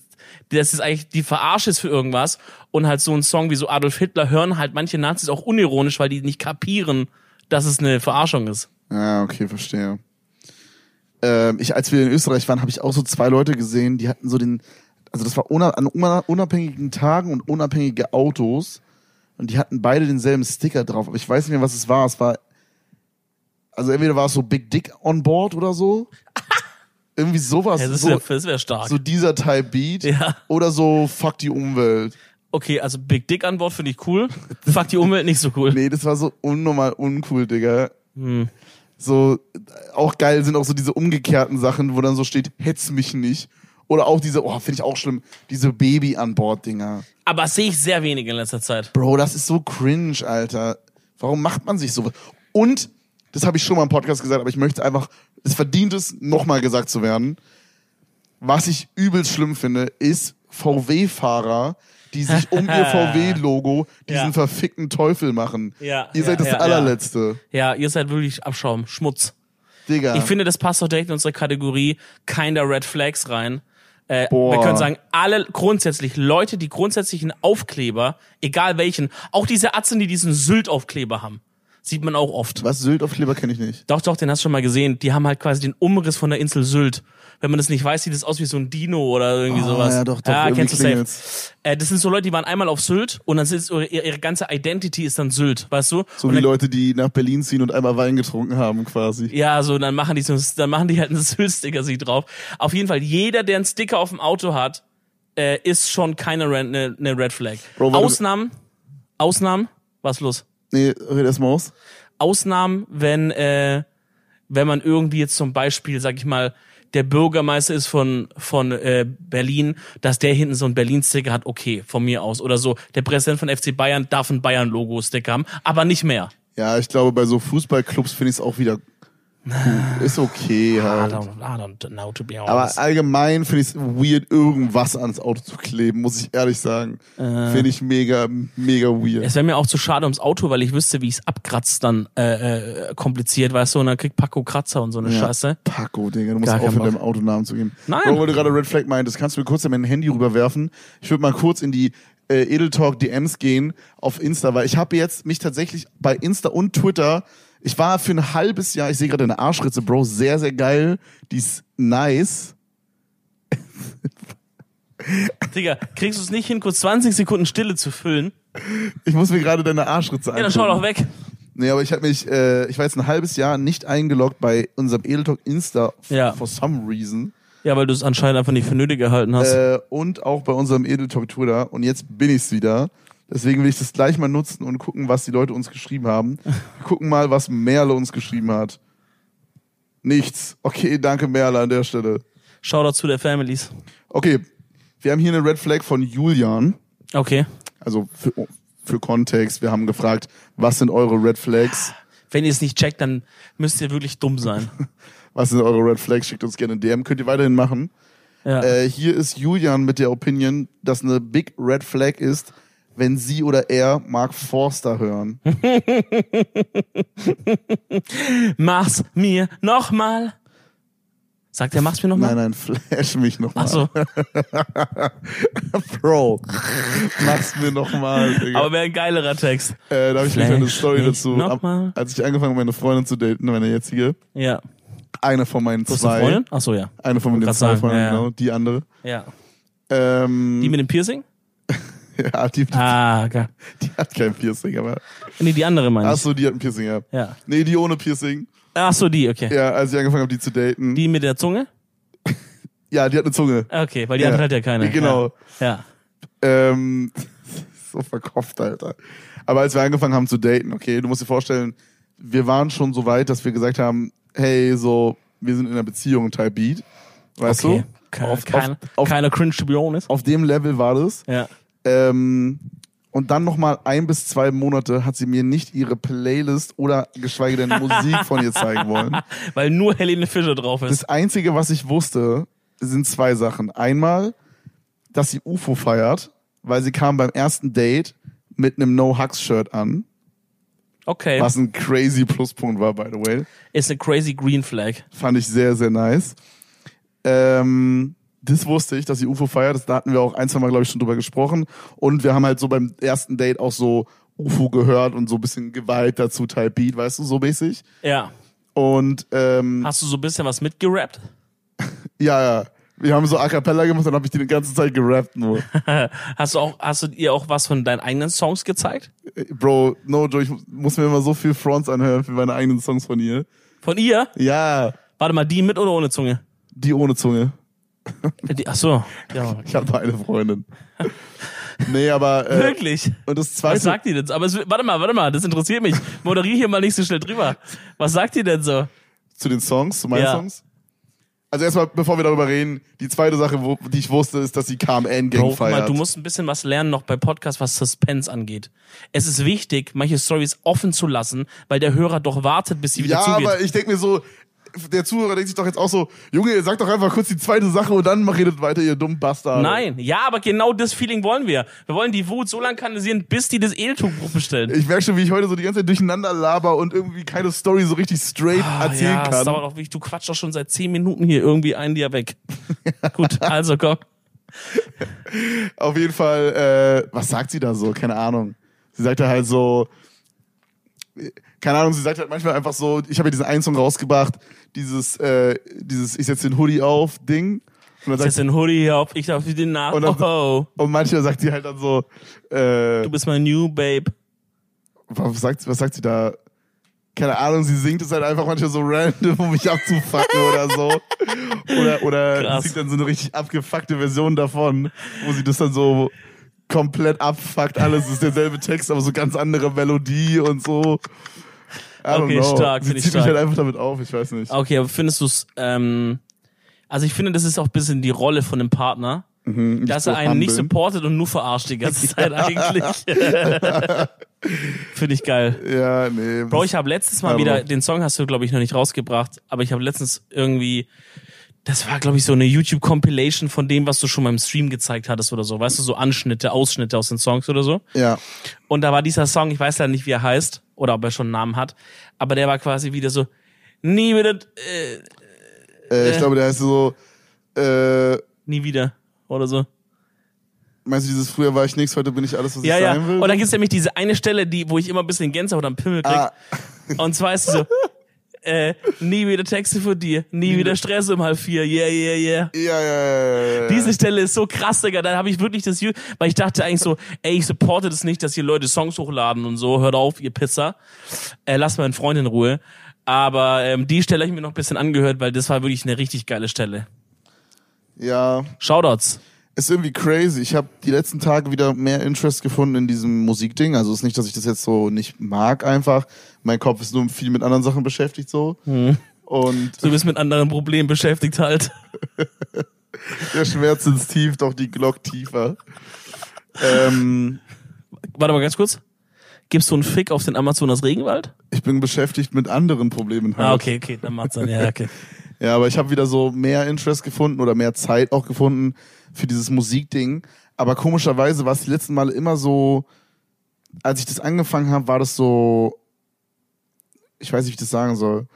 B: das ist eigentlich die Verarsche ist für irgendwas und halt so ein Song wie so Adolf Hitler hören halt manche Nazis auch unironisch, weil die nicht kapieren, dass es eine Verarschung ist.
A: Ja, Ah, okay, verstehe. Ähm, ich, als wir in Österreich waren, habe ich auch so zwei Leute gesehen, die hatten so den, also das war una- an una- unabhängigen Tagen und unabhängige Autos und die hatten beide denselben Sticker drauf, aber ich weiß nicht mehr, was es war. Es war, also entweder war es so Big Dick on Board oder
B: (laughs)
A: so, irgendwie sowas,
B: Ja, das
A: so,
B: wäre wär stark.
A: so dieser Type Beat
B: Ja.
A: oder so Fuck die Umwelt.
B: Okay, also Big Dick Antwort finde ich cool. Fuck die Umwelt nicht so
A: (laughs)
B: cool.
A: Nee, das war so unnormal uncool, Digga. So, äh, auch geil sind auch so diese umgekehrten Sachen, wo dann so steht, hetz mich nicht. Oder auch diese, oh, finde ich auch schlimm, diese Baby-an-Bord-Dinger.
B: Aber das sehe ich sehr wenig in letzter Zeit.
A: Bro, das ist so cringe, Alter. Warum macht man sich sowas? Und, das habe ich schon mal im Podcast gesagt, aber ich möchte einfach, es verdient es, nochmal gesagt zu werden. Was ich übelst schlimm finde, ist VW-Fahrer, die
B: (laughs)
A: sich um ihr VW-Logo diesen
B: Ja.
A: verfickten Teufel machen.
B: Ja,
A: ihr seid
B: ja,
A: das
B: ja, ja.
A: allerletzte.
B: Ja, ihr seid wirklich Abschaum, Schmutz.
A: Digga.
B: Ich finde, das passt doch direkt in unsere Kategorie Kinder Red Flags rein. Äh,
A: Boah.
B: wir können sagen, alle grundsätzlich, Leute, die grundsätzlich einen Aufkleber, egal welchen, auch diese Atzen, die diesen Sylt-Aufkleber haben, sieht man auch oft.
A: was Sylt auf Kleber kenne ich nicht.
B: Doch, doch, den hast du schon mal gesehen. Die haben halt quasi den Umriss von der Insel Sylt. Wenn man das nicht weiß, sieht das aus wie so ein Dino oder irgendwie
A: Ah,
B: sowas.
A: ja, doch, doch,
B: Ah,
A: irgendwie
B: kennst du safe.
A: klingelt's.
B: Äh, das sind so Leute, die waren einmal auf Sylt und dann ist ihre, ihre ganze Identity ist dann Sylt, weißt du?
A: So
B: und
A: wie
B: dann,
A: Leute, die nach Berlin ziehen und einmal Wein getrunken haben, quasi.
B: ja, so, dann machen die so, dann machen die halt einen (laughs) Sylt-Sticker sich drauf. Auf jeden Fall, jeder, der einen Sticker auf dem Auto hat, äh, ist schon keine Red, ne, ne Red Flag.
A: Bro, warte-
B: Ausnahmen, Ausnahmen, was los?
A: Nee, red erst mal aus.
B: Ausnahmen, wenn, äh, wenn man irgendwie jetzt zum Beispiel, sag ich mal, der Bürgermeister ist von, von äh, Berlin, dass der hinten so einen Berlin-Sticker hat, okay, von mir aus. Oder so, der Präsident von FC Bayern darf ein Bayern-Logo-Sticker haben, aber nicht mehr.
A: Ja, ich glaube, bei so Fußballclubs finde ich es auch wieder gut. Ist okay
B: I
A: halt.
B: don't, I don't know, to be
A: Aber
B: honest.
A: allgemein finde ich es weird, irgendwas ans Auto zu kleben, muss ich ehrlich sagen.
B: Äh.
A: Finde ich mega, mega weird.
B: es wäre mir auch zu schade ums Auto, weil ich wüsste, wie ich es abkratzt, dann äh, äh, kompliziert, weißt du, und dann kriegt Paco Kratzer und so eine Scheiße.
A: Paco, Digga, du musst
B: Gar kein
A: aufhören,
B: Bock.
A: deinem Autonamen zu geben.
B: Nein.
A: Bro, weil du gerade Red Flag meintest, kannst du mir kurz dein Handy rüberwerfen? Ich würde mal kurz in die äh, Edeltalk DMs gehen auf Insta, weil ich habe jetzt mich tatsächlich bei Insta und Twitter, ich war für ein halbes Jahr, ich sehe gerade eine Arschritze, Bro, sehr, sehr geil, die ist nice.
B: Digga, kriegst du es nicht hin, kurz 20 Sekunden Stille zu füllen?
A: Ich muss mir gerade deine Arschritze angucken.
B: Ja, dann schau doch weg.
A: Nee, aber ich habe mich, äh, ich war jetzt ein halbes Jahr nicht eingeloggt bei unserem Edeltalk Insta, f-
B: Ja.
A: for some reason.
B: Ja, weil du es anscheinend einfach nicht für nötig gehalten hast.
A: äh, und auch bei unserem Edel Talk Twitter. Und jetzt bin ich's wieder. Deswegen will ich das gleich mal nutzen und gucken, was die Leute uns geschrieben haben. Wir gucken mal, was Merle uns geschrieben hat. Nichts. Okay, danke Merle an der Stelle.
B: Shoutout zu der Families.
A: Okay, wir haben hier eine Red Flag von Julian.
B: Okay.
A: Also für, für Kontext, wir haben gefragt, was sind eure Red Flags?
B: Wenn ihr es nicht checkt, dann müsst ihr wirklich dumm sein.
A: Was sind eure Red Flags? Schickt uns gerne ein DM. Könnt ihr weiterhin machen. (laughs)
B: Ja.
A: Äh, hier ist Julian mit der Opinion, dass eine Big Red Flag ist, wenn sie oder er Mark Forster
B: (laughs)
A: hören.
B: Mach's mir nochmal. Sagt er, mach's mir
A: nein,
B: nochmal?
A: nein, (laughs) flash mich nochmal.
B: Achso,
A: Bro, mach's mir nochmal. Digga.
B: aber wäre ein geilerer Text.
A: äh, da habe ich
B: Flash
A: gleich eine Story
B: mich
A: dazu. Ab-
B: nochmal.
A: Als ich angefangen habe, meine Freundin zu daten, meine jetzige,
B: Ja.
A: eine von meinen
B: Du hast eine
A: zwei,
B: Freundin? Achso, ja.
A: eine von meinen
B: Grad
A: zwei
B: sagen,
A: Freunden,
B: ja, ja.
A: genau, die andere.
B: Ja.
A: Ähm,
B: Die mit dem Piercing?
A: (laughs) ja, die, die,
B: Ah, geil.
A: die hat kein Piercing, aber.
B: Nee, die andere meine ich.
A: Achso, die hat ein Piercing, ja.
B: Ja.
A: Nee, die ohne Piercing.
B: Achso, die, okay.
A: Ja, als ich angefangen habe, die zu daten.
B: Die mit der Zunge?
A: ja, die hat eine Zunge.
B: Ah, Okay, weil die
A: Ja.
B: andere hat ja keine.
A: Genau.
B: Ja.
A: Ähm, (laughs) so verkopft, Alter. Aber als wir angefangen haben zu daten, okay, du musst dir vorstellen, wir waren schon so weit, dass wir gesagt haben, hey, so, wir sind in einer Beziehung, Type Beat. Weißt
B: Okay.
A: du?
B: Keine,
A: Auf,
B: keine,
A: auf, auf,
B: keine cringe to be honest.
A: auf dem Level war das.
B: Ja.
A: Ähm, und dann nochmal ein bis zwei Monate hat sie mir nicht ihre Playlist oder geschweige denn Musik von ihr zeigen wollen.
B: Weil nur Helene Fischer drauf ist.
A: Das Einzige, was ich wusste, sind zwei Sachen. Einmal, dass sie UFO feiert, weil sie kam beim ersten Date mit einem No-Hugs-Shirt an,
B: Okay.
A: was ein crazy Pluspunkt war, by the way.
B: Ist eine crazy green flag.
A: Fand ich sehr, sehr nice. Ähm, das wusste ich, dass sie UFO feiert. Das, da hatten wir auch ein, zwei Mal, glaube ich, schon drüber gesprochen. Und wir haben halt so beim ersten Date auch so UFO gehört und so ein bisschen Gewalt dazu, Type Beat, weißt du, so mäßig.
B: Ja.
A: Und ähm,
B: Hast du so ein bisschen was mitgerappt?
A: ja, ja. Wir haben so A Cappella gemacht, dann habe ich die die ganze Zeit gerappt nur.
B: Hast du auch, hast du ihr auch was von deinen eigenen Songs gezeigt?
A: Bro, no joke, ich muss mir immer so viel Fronts anhören für meine eigenen Songs von ihr.
B: Von ihr?
A: Ja,
B: Warte mal, die mit oder ohne Zunge?
A: die ohne Zunge.
B: Die, ach so. Ja.
A: Ich habe eine
B: (laughs)
A: Freundin. nee, aber äh,
B: Wirklich?
A: und das
B: Was
A: zweite,
B: sagt die denn? so? Aber es, warte mal, warte mal, das interessiert mich. Moderier hier mal nicht so schnell drüber. Was sagt die denn so?
A: zu den Songs, zu meinen
B: Ja.
A: Songs. Also erstmal, bevor wir darüber reden, die zweite Sache, wo, die ich wusste, ist, dass sie KMN Gang
B: Bro, guck mal,
A: feiert.
B: du musst ein bisschen was lernen noch bei Podcasts, was Suspense angeht. Es ist wichtig, manche Stories offen zu lassen, weil der Hörer doch wartet, bis sie wieder
A: ja,
B: zugeht.
A: aber ich denke mir so, der Zuhörer denkt sich doch jetzt auch so, Junge, sag doch einfach kurz die zweite Sache und dann redet weiter, ihr dummen Bastard.
B: Nein, ja, aber genau das Feeling wollen wir. Wir wollen die Wut so lange kanalisieren, bis die das Edeltuchbuch bestellen.
A: Ich merke schon, wie ich heute so die ganze Zeit durcheinander laber und irgendwie keine Story so richtig straight erzählen
B: Ah, ja, Das
A: kann.
B: dauert auch wirklich. Du quatschst doch schon seit zehn Minuten hier irgendwie ein Jahr weg.
A: (laughs)
B: Gut, also komm.
A: Auf jeden Fall, äh, was sagt sie da so? Keine Ahnung. Sie sagt da halt so, keine Ahnung, sie sagt halt manchmal einfach so, ich habe ja diesen einen Song rausgebracht, dieses, äh, dieses, ich setze den Hoodie auf, Ding. Und, dann
B: Setz
A: sagt,
B: den Hoodie hier auf, ich darf dir den nach.
A: Und dann-
B: Oh,
A: und manchmal sagt sie halt dann so, äh,
B: du bist mein New Babe.
A: was sagt, was sagt sie da? Keine Ahnung, sie singt es halt einfach manchmal so random, um mich abzufacken oder so. Oder, oder
B: Krass.
A: sie singt dann so eine richtig abgefuckte Version davon, wo sie das dann so komplett abfuckt. Alles ist derselbe Text, aber so ganz andere Melodie und so. I don't
B: Okay,
A: know.
B: stark,
A: Sie
B: find ich
A: zieht
B: stark.
A: mich halt einfach damit auf, ich weiß nicht.
B: Okay, aber findest du es, ähm, also ich finde, das ist auch ein bisschen die Rolle von dem Partner, dass er
A: Mhm, so
B: einen nicht
A: humbeln.
B: supportet und nur verarscht
A: (laughs)
B: die ganze Zeit eigentlich. finde ich geil.
A: Ja, nee.
B: Bro, ich habe letztes Mal
A: Ja,
B: wieder,
A: Bro.
B: den Song hast du, glaube ich, noch nicht rausgebracht, aber ich habe letztens irgendwie, das war, glaube ich, so eine YouTube-Compilation von dem, was du schon beim Stream gezeigt hattest oder so. Weißt du, so Anschnitte, Ausschnitte aus den Songs oder so.
A: ja.
B: Und da war dieser Song, ich weiß leider nicht, wie er heißt, oder ob er schon einen Namen hat, aber der war quasi wieder so, nie wieder, äh,
A: Äh, ich glaube, der heißt so, äh,
B: nie wieder oder so.
A: meinst du dieses früher war ich nix, heute bin ich alles, was
B: Ja,
A: ich
B: ja.
A: sein will?
B: Und dann gibt's nämlich diese eine Stelle, die, wo ich immer ein bisschen Gänsehaut am Pimmel krieg.
A: ah,
B: Und zwar ist sie so, äh, nie wieder Texte von dir, nie, wieder Stress um halb vier, yeah, yeah, yeah.
A: ja, ja, ja, ja, ja.
B: Diese Stelle ist so krass, Digga. Da habe ich wirklich das, Ju- weil ich dachte eigentlich so, ey, ich supporte das nicht, dass hier Leute Songs hochladen und so. Hört auf, ihr Pisser. Äh, lass meinen Freund in Ruhe. Aber ähm, die Stelle habe ich mir noch ein bisschen angehört, weil das war wirklich eine richtig geile Stelle.
A: Ja,
B: Shoutouts.
A: ist irgendwie crazy. Ich habe die letzten Tage wieder mehr Interest gefunden in diesem Musikding. Also es ist nicht, dass ich das jetzt so nicht mag einfach. Mein Kopf ist nur viel mit anderen Sachen beschäftigt so. Und
B: Du bist mit anderen Problemen beschäftigt halt.
A: der Schmerz ist tief, doch die Glock tiefer. ähm,
B: Warte mal ganz kurz. Gibst du einen Fick auf den Amazonas Regenwald?
A: ich bin beschäftigt mit anderen Problemen. Halt.
B: Ah, okay, okay, dann macht's dann. Ja, okay.
A: Ja, aber ich habe wieder so mehr Interest gefunden oder mehr Zeit auch gefunden für dieses Musikding. Aber komischerweise war es die letzten Male immer so, als ich das angefangen habe, war das so, ich weiß nicht, wie ich das sagen soll.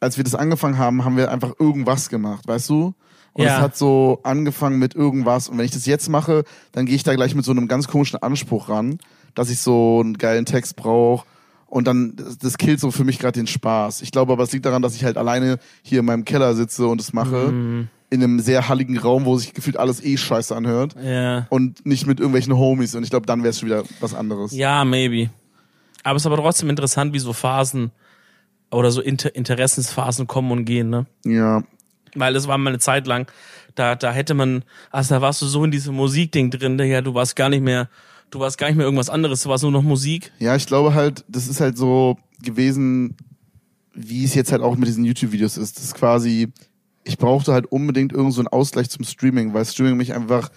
A: Als wir das angefangen haben, haben wir einfach irgendwas gemacht, weißt du? Und
B: Ja.
A: es hat so angefangen mit irgendwas. Und wenn ich das jetzt mache, dann gehe ich da gleich mit so einem ganz komischen Anspruch ran, dass ich so einen geilen Text brauche. Und dann, das, das killt so für mich gerade den Spaß. Ich glaube aber, es liegt daran, dass ich halt alleine hier in meinem Keller sitze und es mache.
B: Mhm.
A: In einem sehr halligen Raum, wo sich gefühlt alles eh scheiße anhört.
B: Ja.
A: Und nicht mit irgendwelchen Homies. Und ich glaube, dann wäre es schon wieder was anderes.
B: Ja, maybe. Aber es ist aber trotzdem interessant, wie so Phasen oder so Inter Interessensphasen kommen und gehen, ne?
A: Ja.
B: Weil das war mal eine Zeit lang, da, da hätte man, also da warst du so in diesem Musikding drin, Digga, du warst gar nicht mehr, du warst gar nicht mehr irgendwas anderes, du warst nur noch Musik.
A: Ja, ich glaube halt, das ist halt so gewesen, wie es jetzt halt auch mit diesen YouTube-Videos ist. Das ist quasi, ich brauchte halt unbedingt irgend so einen Ausgleich zum Streaming, weil Streaming mich einfach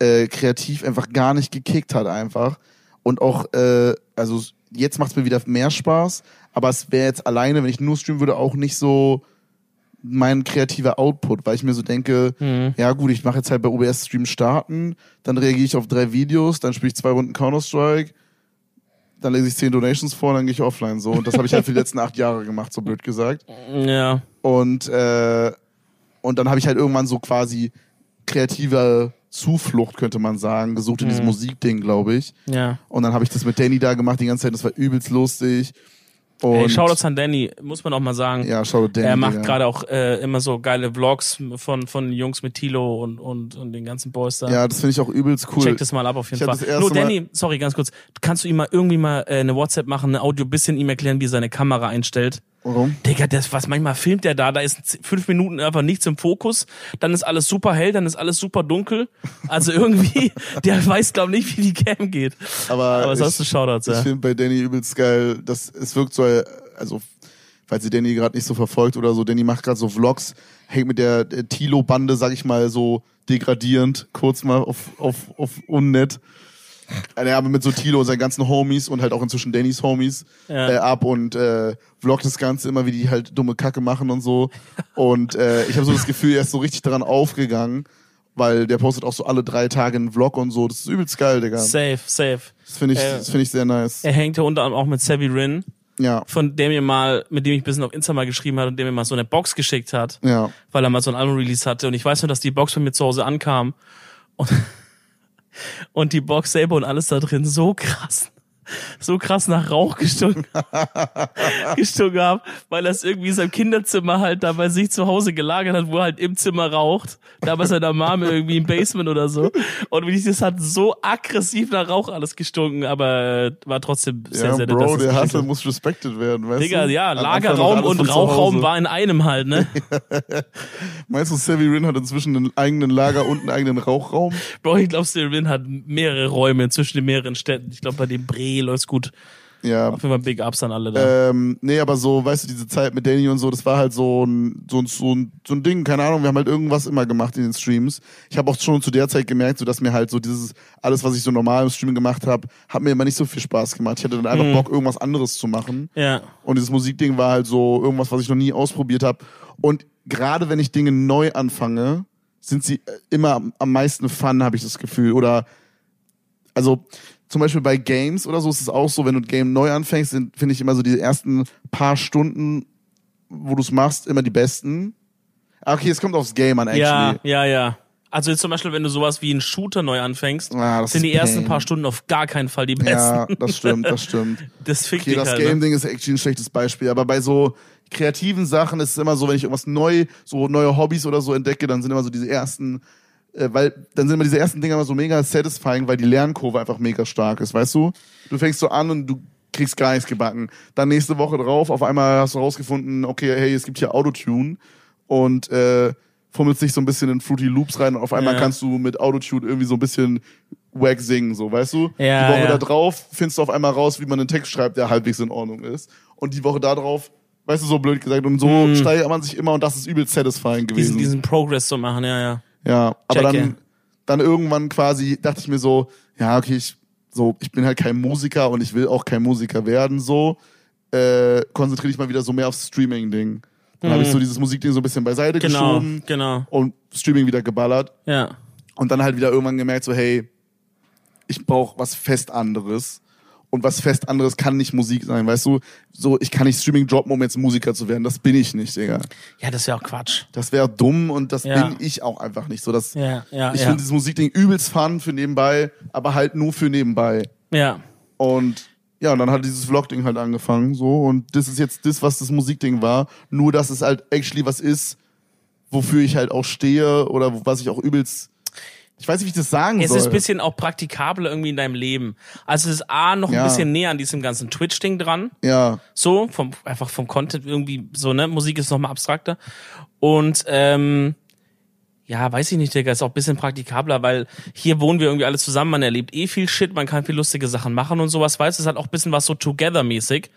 A: äh, kreativ einfach gar nicht gekickt hat einfach. Und auch, äh, also jetzt macht's mir wieder mehr Spaß, aber es wäre jetzt alleine, wenn ich nur streamen würde, auch nicht so mein kreativer Output, weil ich mir so denke, ja gut, ich mache jetzt halt bei OBS Stream starten, dann reagiere ich auf drei Videos, dann spiele ich zwei Runden Counter-Strike, dann lese ich zehn Donations vor, dann gehe ich offline so. Und das habe ich halt für die letzten acht Jahre gemacht, so blöd gesagt.
B: Ja.
A: Und, äh, und dann habe ich halt irgendwann so quasi kreative Zuflucht, könnte man sagen, gesucht in diesem
B: Mhm.
A: Musikding, glaube ich.
B: Ja.
A: Und dann habe ich das mit Danny da gemacht die ganze Zeit, das war übelst lustig. Und
B: Ey, Shoutouts an Danny, muss man auch mal sagen.
A: Ja, Shoutout Danny.
B: er macht
A: Digga.
B: gerade auch äh, immer so geile Vlogs von, von Jungs mit Tilo und, und, und den ganzen Boys da.
A: Ja, das finde ich auch übelst cool.
B: Check das mal ab auf jeden
A: Ich hab das
B: Fall.
A: erste
B: Nur Danny, sorry, ganz kurz. Kannst du ihm mal irgendwie mal äh, eine WhatsApp machen, ein Audio bisschen ihm erklären, wie er seine Kamera einstellt?
A: Warum?
B: Digga, das, was manchmal filmt der da, da ist z- fünf Minuten einfach nichts im Fokus, dann ist alles super hell, dann ist alles super dunkel.
A: (laughs)
B: Also irgendwie, der weiß, glaube ich, nicht, wie die Cam geht.
A: Aber,
B: Aber
A: ich,
B: sonst Shoutouts,
A: ich
B: ja.
A: finde bei Danny übelst geil, dass es wirkt so, äh, also falls ihr Danny gerade nicht so verfolgt oder so, Danny macht gerade so Vlogs, hängt mit der äh, Tilo-Bande, sag ich mal, so degradierend, kurz mal auf, auf, auf unnett. Äh, Ja, aber mit so Tilo und seinen ganzen Homies und halt auch inzwischen Dannys Homies
B: Ja.
A: äh, ab und äh, vloggt das Ganze immer, wie die halt dumme Kacke machen und so. Und äh, ich habe so das Gefühl, er ist so richtig daran aufgegangen, weil der postet auch so alle drei Tage einen Vlog und so. Das ist übelst geil, Digga.
B: Safe, safe.
A: Das finde ich,
B: Äh,
A: das finde ich sehr nice.
B: Er hängt ja unter anderem auch mit Savvy Rin,
A: Ja,
B: von dem mir mal, mit dem ich ein bisschen auf Insta mal geschrieben hat und dem mir mal so eine Box geschickt hat.
A: ja.
B: weil er mal so ein Album-Release hatte. Und ich weiß nur, dass die Box bei mir zu Hause ankam und, (laughs) und die Box selber und alles da drin so krass, so krass nach Rauch gestunken, (laughs) gestunken haben, weil er es irgendwie in seinem Kinderzimmer halt da bei sich zu Hause gelagert hat, wo er halt im Zimmer raucht. Da bei seiner Mame irgendwie im Basement oder so. Und wirklich, das hat so aggressiv nach Rauch alles gestunken, aber äh, war trotzdem sehr,
A: ja,
B: sehr nett,
A: Bro,
B: dass das
A: der
B: geschickt
A: Hassel
B: hat.
A: muss respected werden, weißt
B: Digga,
A: du?
B: ja,
A: Am Anfang noch
B: Lagerraum
A: alles
B: und
A: von zu
B: Rauchraum
A: Hause.
B: war in einem halt, ne? (laughs)
A: Meinst du, Savvy Rin hat inzwischen einen eigenen Lager und einen eigenen Rauchraum?
B: Bro, ich glaube, Sylvain hat mehrere Räume zwischen den mehreren Städten. Ich glaube, bei dem Bre läuft's gut.
A: Ja.
B: Auf jeden Fall Big Ups an alle da.
A: Ähm, nee, aber so, weißt du, diese Zeit mit Danny und so, das war halt so ein, so ein, so ein, so ein Ding, keine Ahnung, wir haben halt irgendwas immer gemacht in den Streams. Ich habe auch schon zu der Zeit gemerkt, so dass mir halt so dieses, alles, was ich so normal im Stream gemacht habe, hat mir immer nicht so viel Spaß gemacht. Ich hatte dann
B: Mhm.
A: einfach Bock, irgendwas anderes zu machen.
B: ja.
A: Und dieses Musikding war halt so irgendwas, was ich noch nie ausprobiert habe. Und gerade wenn ich Dinge neu anfange, sind sie äh, immer am- am meisten Fun, habe ich das Gefühl. Oder also zum Beispiel bei Games oder so ist es auch so, wenn du ein Game neu anfängst, sind, finde ich immer so die ersten paar Stunden, wo du es machst, immer die besten. Ah, Okay, es kommt aufs Game an, actually.
B: ja, ja, ja. Also jetzt zum Beispiel, wenn du sowas wie einen Shooter neu anfängst,
A: Ah, das
B: sind
A: ist
B: die ersten
A: Pain.
B: paar Stunden auf gar keinen Fall die besten.
A: Ja, das stimmt, das stimmt.
B: (laughs) Das fickt
A: Okay,
B: dich
A: das
B: halt. ne?
A: Game-Ding ist actually ein schlechtes Beispiel, aber bei so kreativen Sachen ist es immer so, wenn ich irgendwas neu, so neue Hobbys oder so entdecke, dann sind immer so diese ersten, äh, weil dann sind immer diese ersten Dinge immer so mega satisfying, weil die Lernkurve einfach mega stark ist, weißt du? Du fängst so an und du kriegst gar nichts gebacken. Dann nächste Woche drauf, auf einmal hast du rausgefunden, okay, hey, es gibt hier Autotune und äh, fummelst dich so ein bisschen in Fruity Loops rein und auf einmal
B: Ja.
A: kannst du mit Autotune irgendwie so ein bisschen wack singen, so, weißt du?
B: Ja,
A: die Woche
B: ja.
A: da drauf findest du auf einmal raus, wie man einen Text schreibt, der halbwegs in Ordnung ist. Und die Woche da drauf, weißt du, so blöd gesagt, und so steigert man sich immer und das ist übel satisfying gewesen.
B: Hm. Diesen, diesen Progress zu machen, ja, ja.
A: ja, aber
B: Check,
A: dann,
B: ja.
A: dann irgendwann quasi dachte ich mir so, ja, okay, ich, so, ich bin halt kein Musiker und ich will auch kein Musiker werden, so, äh, konzentriere ich mal wieder so mehr aufs Streaming-Ding. Dann habe ich so dieses Musikding so ein bisschen beiseite
B: Hm. Genau,
A: geschoben
B: genau.
A: und Streaming wieder geballert.
B: Ja.
A: Und dann halt wieder irgendwann gemerkt, so, hey, ich brauche was fest anderes. Und was fest anderes kann nicht Musik sein, weißt du? So, ich kann nicht Streaming droppen, um jetzt Musiker zu werden. Das bin ich nicht, Digga.
B: Ja, das wäre auch Quatsch.
A: Das wäre dumm und das
B: Ja.
A: bin ich auch einfach nicht. So, das,
B: Ja, ja,
A: ich
B: ja.
A: finde dieses Musikding übelst fun für nebenbei, aber halt nur für nebenbei.
B: ja.
A: Und ja, und dann hat dieses Vlog-Ding halt angefangen, so. Und das ist jetzt das, was das Musikding war. Nur, dass es halt actually was ist, wofür ich halt auch stehe oder wo- was ich auch übelst. Ich weiß nicht, wie ich das sagen
B: Es
A: soll.
B: ist ein bisschen auch praktikabel irgendwie in deinem Leben. Also es ist A, noch
A: Ja.
B: ein bisschen näher an diesem ganzen Twitch-Ding dran.
A: ja.
B: So, vom, einfach vom Content irgendwie so, ne? Musik ist nochmal abstrakter. Und, ähm, ja, weiß ich nicht, Digga, ist auch ein bisschen praktikabler, weil hier wohnen wir irgendwie alle zusammen, man erlebt eh viel Shit, man kann viel lustige Sachen machen und sowas, weißt du, es hat auch ein bisschen was so Together-mäßig.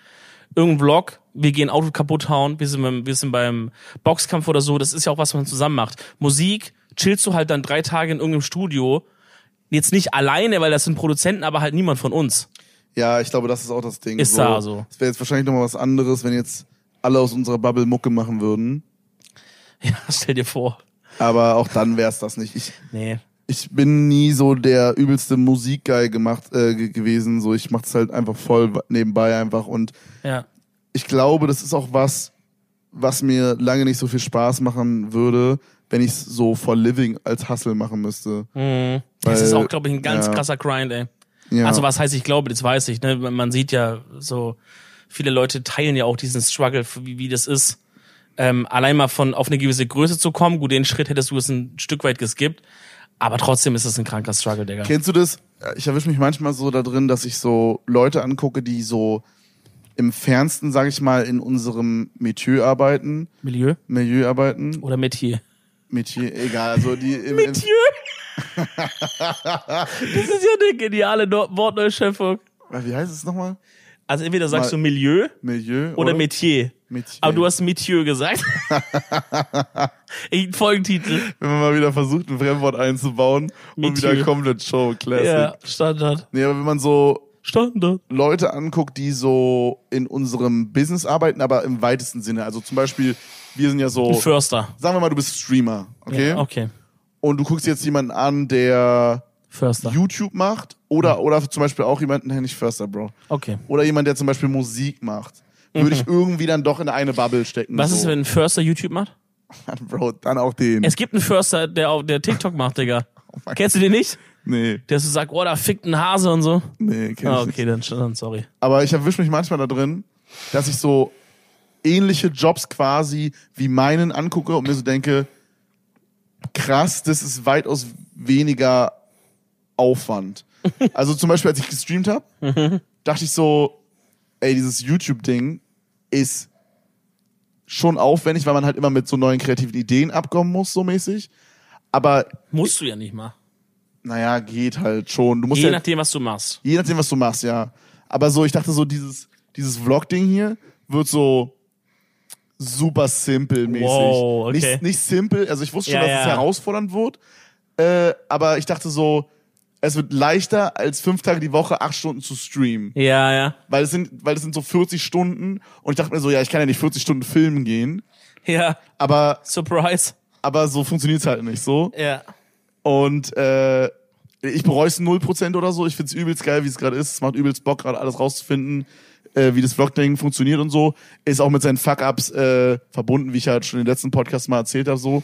B: Irgendein Vlog, wir gehen Auto kaputt hauen, wir sind, beim, wir sind beim Boxkampf oder so, das ist ja auch was, was man zusammen macht. Musik, chillst du halt dann drei Tage in irgendeinem Studio, jetzt nicht alleine, weil das sind Produzenten, aber halt niemand von uns. (laughs)
A: Ja, ich glaube, das ist auch das Ding.
B: Ist da so.
A: Es wäre jetzt wahrscheinlich nochmal was anderes, wenn jetzt alle aus unserer Bubble Mucke machen würden.
B: Ja, stell dir vor.
A: Aber auch dann wär's das nicht. Ich,
B: Nee.
A: ich bin nie so der übelste Musikguy gemacht äh, ge- gewesen. So, ich mach's halt einfach voll nebenbei einfach. Und
B: Ja.
A: ich glaube, das ist auch was, was mir lange nicht so viel Spaß machen würde, wenn ich so for living als Hustle machen müsste.
B: Mhm. Das ist
A: Weil,
B: auch, glaube ich, ein ganz
A: ja.
B: krasser Grind, ey.
A: Ja.
B: Also was heißt, ich glaube, das weiß ich. Ne? Man sieht ja so, viele Leute teilen ja auch diesen Struggle, wie, wie das ist. Ähm, allein mal von auf eine gewisse Größe zu kommen, gut, den Schritt hättest du es ein Stück weit geskippt, aber trotzdem ist es ein kranker Struggle, Digga.
A: Kennst du das? Ich erwische mich manchmal so da drin, dass ich so Leute angucke, die so im Fernsten, sage ich mal, in unserem Metier arbeiten,
B: Milieu
A: Milieu arbeiten,
B: oder Metier?
A: (laughs) Metier, egal, also die im, im,
B: (laughs) Metier! das ist ja eine geniale Neu- Wortneuschöpfung.
A: Ah, wie heißt es nochmal?
B: Also entweder sagst
A: Mal-
B: du Milieu
A: Milieu
B: oder, Metier.
A: Metier.
B: Aber du hast
A: (laughs)
B: Metier gesagt. (laughs) ich, Folgentitel.
A: wenn man mal wieder versucht, ein Fremdwort einzubauen und
B: Metier.
A: wieder komplett Show, Classic.
B: Ja, Standard.
A: Nee, aber wenn man so
B: Standard.
A: Leute anguckt, die so in unserem Business arbeiten, aber im weitesten Sinne. Also zum Beispiel, wir sind ja so,
B: Ein Förster.
A: sagen wir mal, du bist Streamer, Oh. okay?
B: Ja, okay.
A: Und du guckst jetzt jemanden an, der
B: Förster.
A: YouTube macht oder, oder zum Beispiel auch jemanden, der nicht Förster, Bro.
B: Okay.
A: Oder jemand, der zum Beispiel Musik macht. Würde ich irgendwie dann doch in eine Bubble stecken.
B: Mhm. Was
A: so.
B: ist, wenn ein Förster YouTube macht?
A: Dann, (laughs) Bro, dann auch den.
B: Es gibt einen Förster, der auf der TikTok macht, Digga.
A: mein
B: Kennst du den nicht?
A: nee,
B: Der so sagt, oh, da fickt ein Hase und so.
A: nee, kenn ich
B: Ah,
A: nicht.
B: okay, dann, dann sorry.
A: aber ich erwische mich manchmal da drin, dass ich so ähnliche Jobs quasi wie meinen angucke und mir so denke, krass, das ist weitaus weniger Aufwand. Also zum Beispiel, als ich gestreamt habe, dachte ich so, ey, dieses YouTube-Ding ist schon aufwendig, weil man halt immer mit so neuen kreativen Ideen abkommen muss, so mäßig. Aber
B: Musst du ja nicht mal.
A: naja, geht halt schon. Du musst
B: Je
A: ja,
B: nachdem, was du machst.
A: Je nachdem, was du machst, ja. Aber so, ich dachte so, dieses, dieses Vlog-Ding hier wird so super simple mäßig.
B: Wow, okay.
A: nicht, nicht simple, also ich wusste schon,
B: Ja,
A: dass es
B: ja.
A: herausfordernd wird. Äh, aber ich dachte so, es wird leichter, als fünf Tage die Woche acht Stunden zu streamen.
B: Ja, ja.
A: Weil es sind, weil es sind so 40 Stunden und ich dachte mir so, ja, ich kann ja nicht 40 Stunden filmen gehen.
B: Ja,
A: Aber,
B: Surprise.
A: aber so funktioniert's halt nicht so.
B: Ja.
A: Und äh, ich bereue es 0% oder so. Ich find's übelst geil, wie es gerade ist. Es macht übelst Bock, gerade alles rauszufinden, äh, wie das Vlog-Ding funktioniert und so. Ist auch mit seinen Fuck-Ups äh, verbunden, wie ich halt schon in den letzten Podcast mal erzählt habe. So.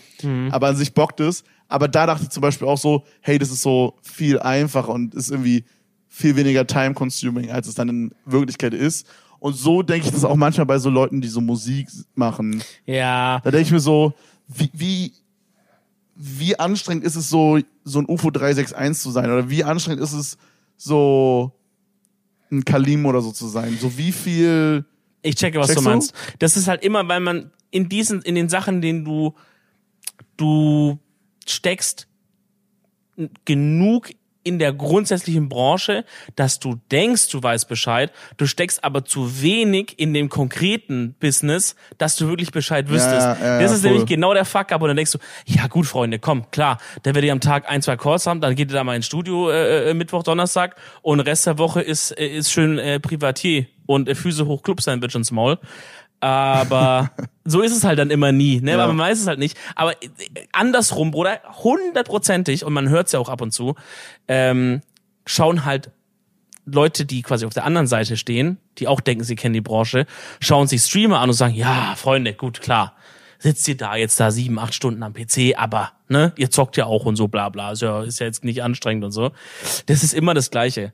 A: Aber an sich bockt es. Aber da dachte ich zum Beispiel auch so, hey, das ist so viel einfacher und ist irgendwie viel weniger time-consuming, als es dann in Wirklichkeit ist. Und so denke ich das auch manchmal bei so Leuten, die so Musik machen.
B: Ja.
A: Da denke ich mir so, wie, wie, wie anstrengend ist es so, so ein UFO 361 zu sein? Oder wie anstrengend ist es, so ein Kalim oder so zu sein? So wie viel,
B: Ich checke, was
A: Checkst
B: du
A: du?
B: meinst. Das ist halt immer, weil man in diesen, in den Sachen, denen du, du steckst, n- genug in der grundsätzlichen Branche, dass du denkst, du weißt Bescheid, du steckst aber zu wenig in dem konkreten Business, dass du wirklich Bescheid wüsstest.
A: ja, ja,
B: das
A: ja,
B: ist nämlich
A: voll.
B: genau der Fuck-up und dann denkst du, ja gut, Freunde, komm, klar, da werdet ihr am Tag ein, zwei Calls haben, dann geht ihr da mal ins Studio äh, äh, Mittwoch, Donnerstag und Rest der Woche ist, äh, ist schön äh, Privatier und äh, Füße hoch Club Sandwich ins Maul. Aber so ist es halt dann immer nie, ne?
A: Ja.
B: Aber man weiß es halt nicht. Aber äh, andersrum, Bruder, hundertprozentig, und man hört es ja auch ab und zu, ähm, schauen halt Leute, die quasi auf der anderen Seite stehen, die auch denken, sie kennen die Branche, schauen sich Streamer an und sagen, ja, Freunde, gut, klar, sitzt ihr da jetzt da sieben, acht Stunden am PC, aber, ne, ihr zockt ja auch und so, bla, bla, ist ja, ist ja jetzt nicht anstrengend und so. Das ist immer das Gleiche.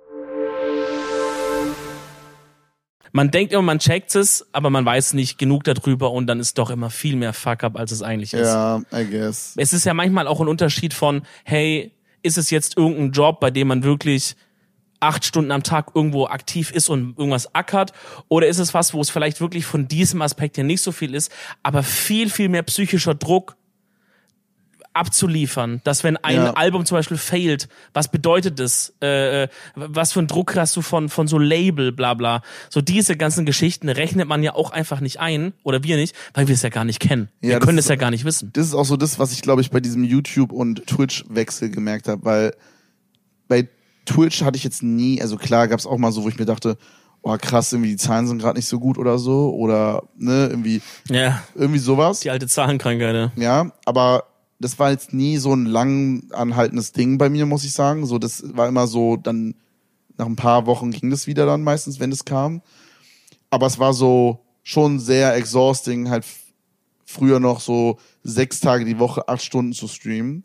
B: Man denkt immer, man checkt es, aber man weiß nicht genug darüber und dann ist doch immer viel mehr Fuck-up, als es eigentlich ist.
A: Ja, I guess.
B: es ist ja manchmal auch ein Unterschied von, hey, ist es jetzt irgendein Job, bei dem man wirklich acht Stunden am Tag irgendwo aktiv ist und irgendwas ackert? Oder ist es was, wo es vielleicht wirklich von diesem Aspekt her nicht so viel ist, aber viel, viel mehr psychischer Druck abzuliefern, dass wenn ein
A: Ja.
B: Album zum Beispiel failt, was bedeutet das? Äh, äh, was für einen Druck hast du von, von so Label, bla bla. So diese ganzen Geschichten rechnet man ja auch einfach nicht ein, oder wir nicht, weil wir es ja gar nicht kennen.
A: Ja,
B: wir
A: das
B: können
A: ist-
B: es ja gar nicht wissen.
A: Das ist auch so das, was ich, glaube ich, bei diesem YouTube- und Twitch-Wechsel gemerkt habe, weil bei Twitch hatte ich jetzt nie, also klar gab es auch mal so, wo ich mir dachte, oh krass, irgendwie die Zahlen sind gerade nicht so gut oder so, oder ne, irgendwie,
B: Ja.
A: irgendwie sowas.
B: Die alte ne? Zahlenkrankheit, ja.
A: Ja, aber das war jetzt nie so ein lang anhaltendes Ding bei mir, muss ich sagen. So, das war immer so, dann nach ein paar Wochen ging das wieder dann meistens, wenn es kam. Aber es war so schon sehr exhausting, halt f- früher noch so sechs Tage die Woche, acht Stunden zu streamen.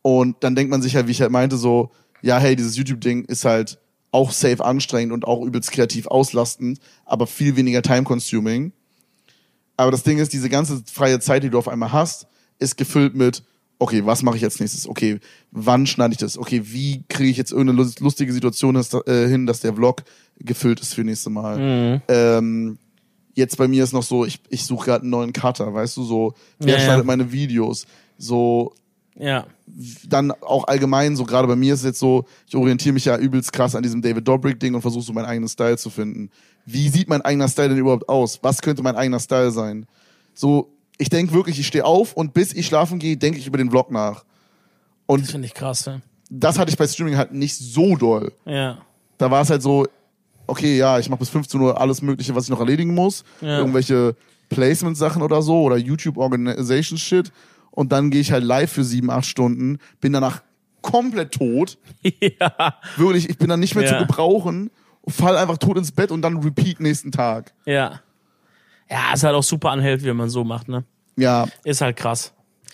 A: Und dann denkt man sich halt, wie ich halt meinte, so, ja, hey, dieses YouTube-Ding ist halt auch safe anstrengend und auch übelst kreativ auslastend, aber viel weniger time-consuming. Aber das Ding ist, diese ganze freie Zeit, die du auf einmal hast, ist gefüllt mit, okay, was mache ich als nächstes? Okay, wann schneide ich das? Okay, wie kriege ich jetzt irgendeine lust- lustige Situation dass da- äh, hin, dass der Vlog gefüllt ist für nächste Mal?
B: Mhm.
A: Ähm, jetzt bei mir ist noch so, ich, ich suche gerade einen neuen Cutter, weißt du, so, wer
B: Ja, ja.
A: schneidet meine Videos? So,
B: Ja.
A: dann auch allgemein, so gerade bei mir ist es jetzt so, ich orientiere mich ja übelst krass an diesem David Dobrik-Ding und versuche so meinen eigenen Style zu finden. Wie sieht mein eigener Style denn überhaupt aus? Was könnte mein eigener Style sein? So, ich denke wirklich, ich stehe auf und bis ich schlafen gehe, denke ich über den Vlog nach.
B: Das
A: Und
B: finde ich krass, ne? ja.
A: das hatte ich bei Streaming halt nicht so doll.
B: Ja.
A: Da war es halt so, okay, ja, ich mache bis 15 Uhr alles Mögliche, was ich noch erledigen muss.
B: Ja.
A: Irgendwelche Placement-Sachen oder so oder YouTube-Organization-Shit. Und dann gehe ich halt live für sieben, acht Stunden, bin danach komplett tot.
B: ja.
A: Wirklich, ich bin dann nicht mehr
B: Ja.
A: zu gebrauchen, fall einfach tot ins Bett und dann repeat nächsten Tag.
B: Ja. Ja, ist halt auch super unhealthy, wenn man so macht, ne?
A: Ja,
B: Ist halt krass.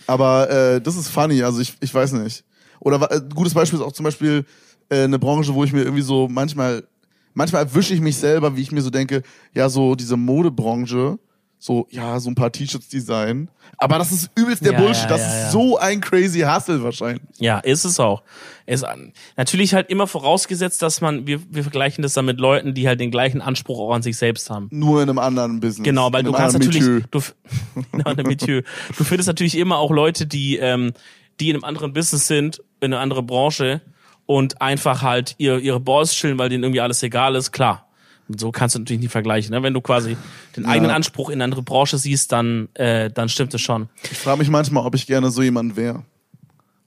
A: aber äh, das ist funny, also ich, ich weiß nicht. Oder wa- äh, gutes Beispiel ist auch zum Beispiel äh, eine Branche, wo ich mir irgendwie so manchmal, manchmal erwische ich mich selber, wie ich mir so denke, ja, so diese Modebranche, so, ja, so ein paar T-Shirts design. Aber das ist übelst der
B: Ja,
A: Bullshit,
B: ja,
A: das
B: ja,
A: ist
B: ja.
A: so ein crazy Hustle wahrscheinlich.
B: Ja, ist es auch. Ist an- natürlich halt immer vorausgesetzt, dass man, wir, wir vergleichen das dann mit Leuten, die halt den gleichen Anspruch auch an sich selbst haben.
A: Nur in einem anderen Business.
B: Genau, weil
A: in
B: du
A: einem
B: kannst
A: anderen
B: natürlich,
A: Milieu.
B: du, f- (laughs) in einem Milieu. du findest natürlich immer auch Leute, die, ähm, die in einem anderen Business sind, in einer anderen Branche und einfach halt ihr, ihre Balls chillen, weil denen irgendwie alles egal ist, klar. Und so kannst du natürlich nicht vergleichen. Ne? Wenn du quasi den eigenen Anspruch in eine andere Branche siehst, dann, äh, dann stimmt es schon.
A: Ich frage mich manchmal, ob ich gerne so jemand wäre.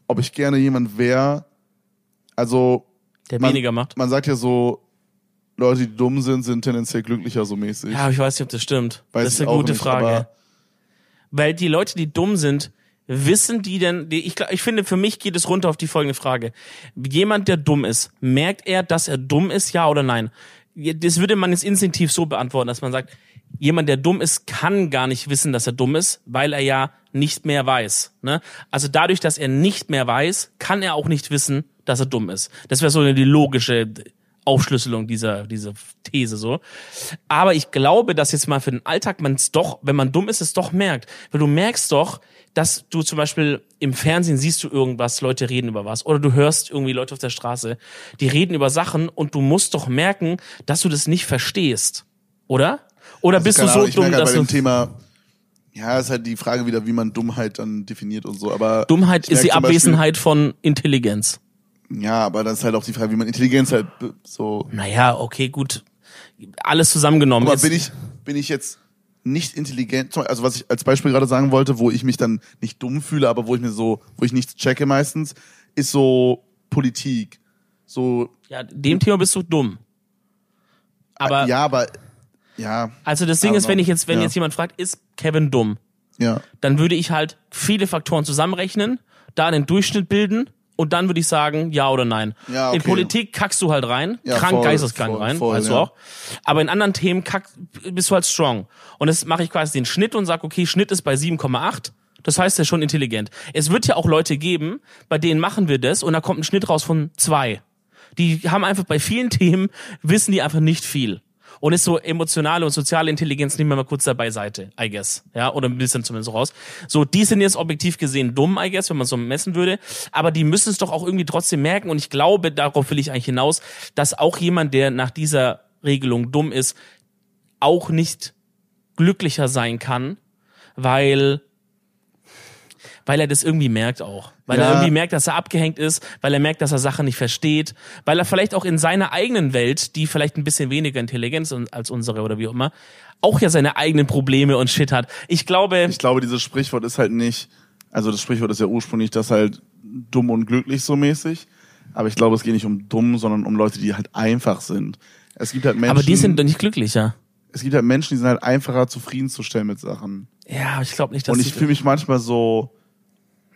A: Ob ich gerne jemand wäre, also
B: Der
A: Man-
B: weniger macht.
A: man sagt ja so, Leute, die dumm sind, sind tendenziell glücklicher, so mäßig.
B: Ja, aber ich weiß nicht, ob das stimmt.
A: Weiß
B: das ist
A: ich
B: eine
A: auch
B: gute
A: nicht,
B: Frage.
A: aber-
B: Weil die Leute, die dumm sind, wissen die denn, die, ich, glaub- ich finde, für mich geht es runter auf die folgende Frage. Jemand, der dumm ist, merkt er, dass er dumm ist, ja oder nein? Das würde man jetzt instinktiv so beantworten, dass man sagt, jemand, der dumm ist, kann gar nicht wissen, dass er dumm ist, weil er ja nicht mehr weiß. Ne? Also dadurch, dass er nicht mehr weiß, kann er auch nicht wissen, dass er dumm ist. Das wäre so eine die logische Aufschlüsselung dieser, dieser These so. Aber ich glaube, dass jetzt mal für den Alltag man es doch, wenn man dumm ist, es doch merkt. Weil du merkst doch, dass du zum Beispiel im Fernsehen siehst du irgendwas, Leute reden über was. Oder du hörst irgendwie Leute auf der Straße, die reden über Sachen und du musst doch merken, dass du das nicht verstehst. Oder? Oder bist du
A: Also Keine
B: so
A: Ahnung, ich
B: dumm,
A: merke halt
B: dass
A: bei dem
B: du.
A: Thema Ja, ist halt die Frage wieder, wie man Dummheit dann definiert und so. Aber
B: Dummheit
A: ich
B: ist
A: merk
B: die
A: zum Beispiel-
B: Abwesenheit von Intelligenz.
A: Ja, aber das ist halt auch die Frage, wie man Intelligenz halt be- so.
B: Naja, okay, gut. Alles zusammengenommen.
A: Aber
B: ist-
A: bin ich, bin ich jetzt nicht intelligent, also was ich als Beispiel gerade sagen wollte, wo ich mich dann nicht dumm fühle, aber wo ich mir so, wo ich nichts checke meistens, ist so Politik. So,
B: ja, dem Thema bist du dumm. Aber
A: ja, aber, ja,
B: also das Ding
A: I don't
B: ist, wenn
A: know.
B: ich jetzt, wenn
A: Ja.
B: jetzt jemand fragt, ist Kevin dumm,
A: ja.
B: dann würde ich halt viele Faktoren zusammenrechnen, da einen Durchschnitt bilden und dann würde ich sagen, ja oder nein.
A: Ja, okay.
B: In Politik kackst du halt rein,
A: Ja,
B: krank,
A: voll,
B: geisteskrank
A: voll,
B: rein,
A: voll,
B: weißt du
A: ja.
B: auch. Aber in anderen Themen kack, bist du halt strong. Und das mache ich quasi den Schnitt und sag, okay, Schnitt ist bei 7,8. Das heißt, er ist schon intelligent. Es wird ja auch Leute geben, bei denen machen wir das und da kommt ein Schnitt raus von zwei. Die haben einfach bei vielen Themen, wissen die einfach nicht viel. Und ist so emotionale und soziale Intelligenz nehmen wir mal kurz da beiseite, I guess. Ja, oder ein bisschen zumindest raus. So, die sind jetzt objektiv gesehen dumm, I guess, wenn man so messen würde. Aber die müssen es doch auch irgendwie trotzdem merken. Und ich glaube, darauf will ich eigentlich hinaus, dass auch jemand, der nach dieser Regelung dumm ist, auch nicht glücklicher sein kann, weil weil er das irgendwie merkt auch. Weil
A: Ja.
B: er irgendwie merkt, dass er abgehängt ist, weil er merkt, dass er Sachen nicht versteht, weil er vielleicht auch in seiner eigenen Welt, die vielleicht ein bisschen weniger Intelligenz un- als unsere oder wie auch immer, auch ja seine eigenen Probleme und Shit hat. Ich glaube,
A: Ich glaube, dieses Sprichwort ist halt nicht, also das Sprichwort ist ja ursprünglich das halt dumm und glücklich so mäßig. Aber ich glaube, es geht nicht um dumm, sondern um Leute, die halt einfach sind. Es gibt halt Menschen,
B: aber die sind doch nicht glücklicher.
A: es gibt halt Menschen, die sind halt einfacher zufriedenzustellen mit Sachen.
B: Ja, ich glaube nicht, dass
A: und ich
B: die-
A: fühle mich manchmal so,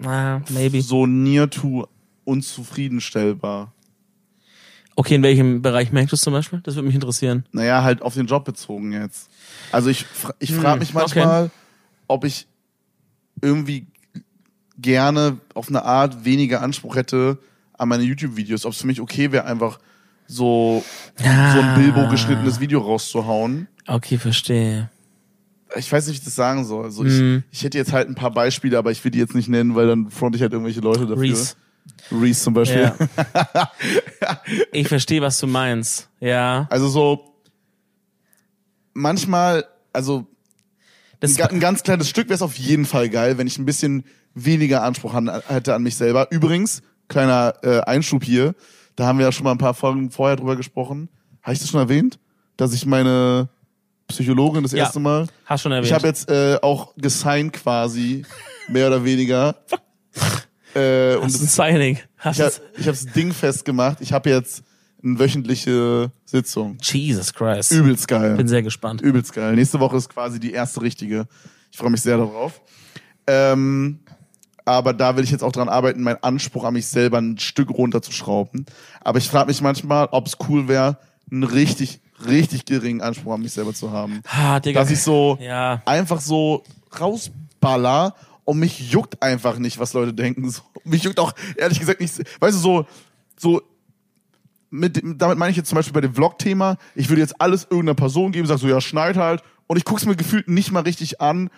B: Ah, maybe.
A: so near to unzufriedenstellbar.
B: Okay, in welchem Bereich merkst du es zum Beispiel? Das würde mich interessieren.
A: Naja, halt auf den Job bezogen jetzt. Also ich, fra- ich frage mich
B: Hm, okay.
A: manchmal, ob ich irgendwie gerne auf eine Art weniger Anspruch hätte an meine YouTube-Videos. Ob es für mich okay wäre, einfach so, so ein
B: Ah.
A: Bilbo geschnittenes Video rauszuhauen.
B: Okay, verstehe.
A: Ich weiß nicht, wie ich das sagen soll. Also
B: Mhm.
A: ich, ich hätte jetzt halt ein paar Beispiele, aber ich will die jetzt nicht nennen, weil dann fronte ich halt irgendwelche Leute dafür.
B: Reese.
A: Reese zum Beispiel.
B: Ja. ich verstehe, was du meinst. Ja.
A: Also so manchmal, also
B: Das
A: ein, ga- ein ganz kleines Stück wäre es auf jeden Fall geil, wenn ich ein bisschen weniger Anspruch an, hätte an mich selber. Übrigens, kleiner äh, Einschub hier, da haben wir ja schon mal ein paar Folgen vorher drüber gesprochen. Habe ich das schon erwähnt? Dass ich meine Psychologin das
B: Ja,
A: erste Mal.
B: hast schon erwähnt.
A: Ich habe jetzt äh, auch gesigned quasi, mehr oder weniger.
B: (laughs)
A: äh, und
B: das ist
A: das,
B: ein Signing. Hast
A: ich habe
B: es-
A: das Ding festgemacht. Ich habe jetzt eine wöchentliche Sitzung.
B: Jesus Christ.
A: Übelst geil.
B: Bin sehr gespannt.
A: Übelst geil. Nächste Woche ist quasi die erste richtige. Ich freue mich sehr darauf. Ähm, aber da will ich jetzt auch dran arbeiten, meinen Anspruch an mich selber ein Stück runterzuschrauben. Aber ich frage mich manchmal, ob es cool wäre, einen richtig, richtig geringen Anspruch an mich selber zu haben.
B: Ah, Digga.
A: Dass ich so
B: ja.
A: einfach so rausballer und mich juckt einfach nicht, was Leute denken. So, mich juckt auch ehrlich gesagt nicht. Weißt du, so, so mit, dem- damit meine ich jetzt zum Beispiel bei dem Vlog-Thema, ich würde jetzt alles irgendeiner Person geben, sag so, ja, schneid halt. Und ich guck's mir gefühlt nicht mal richtig an.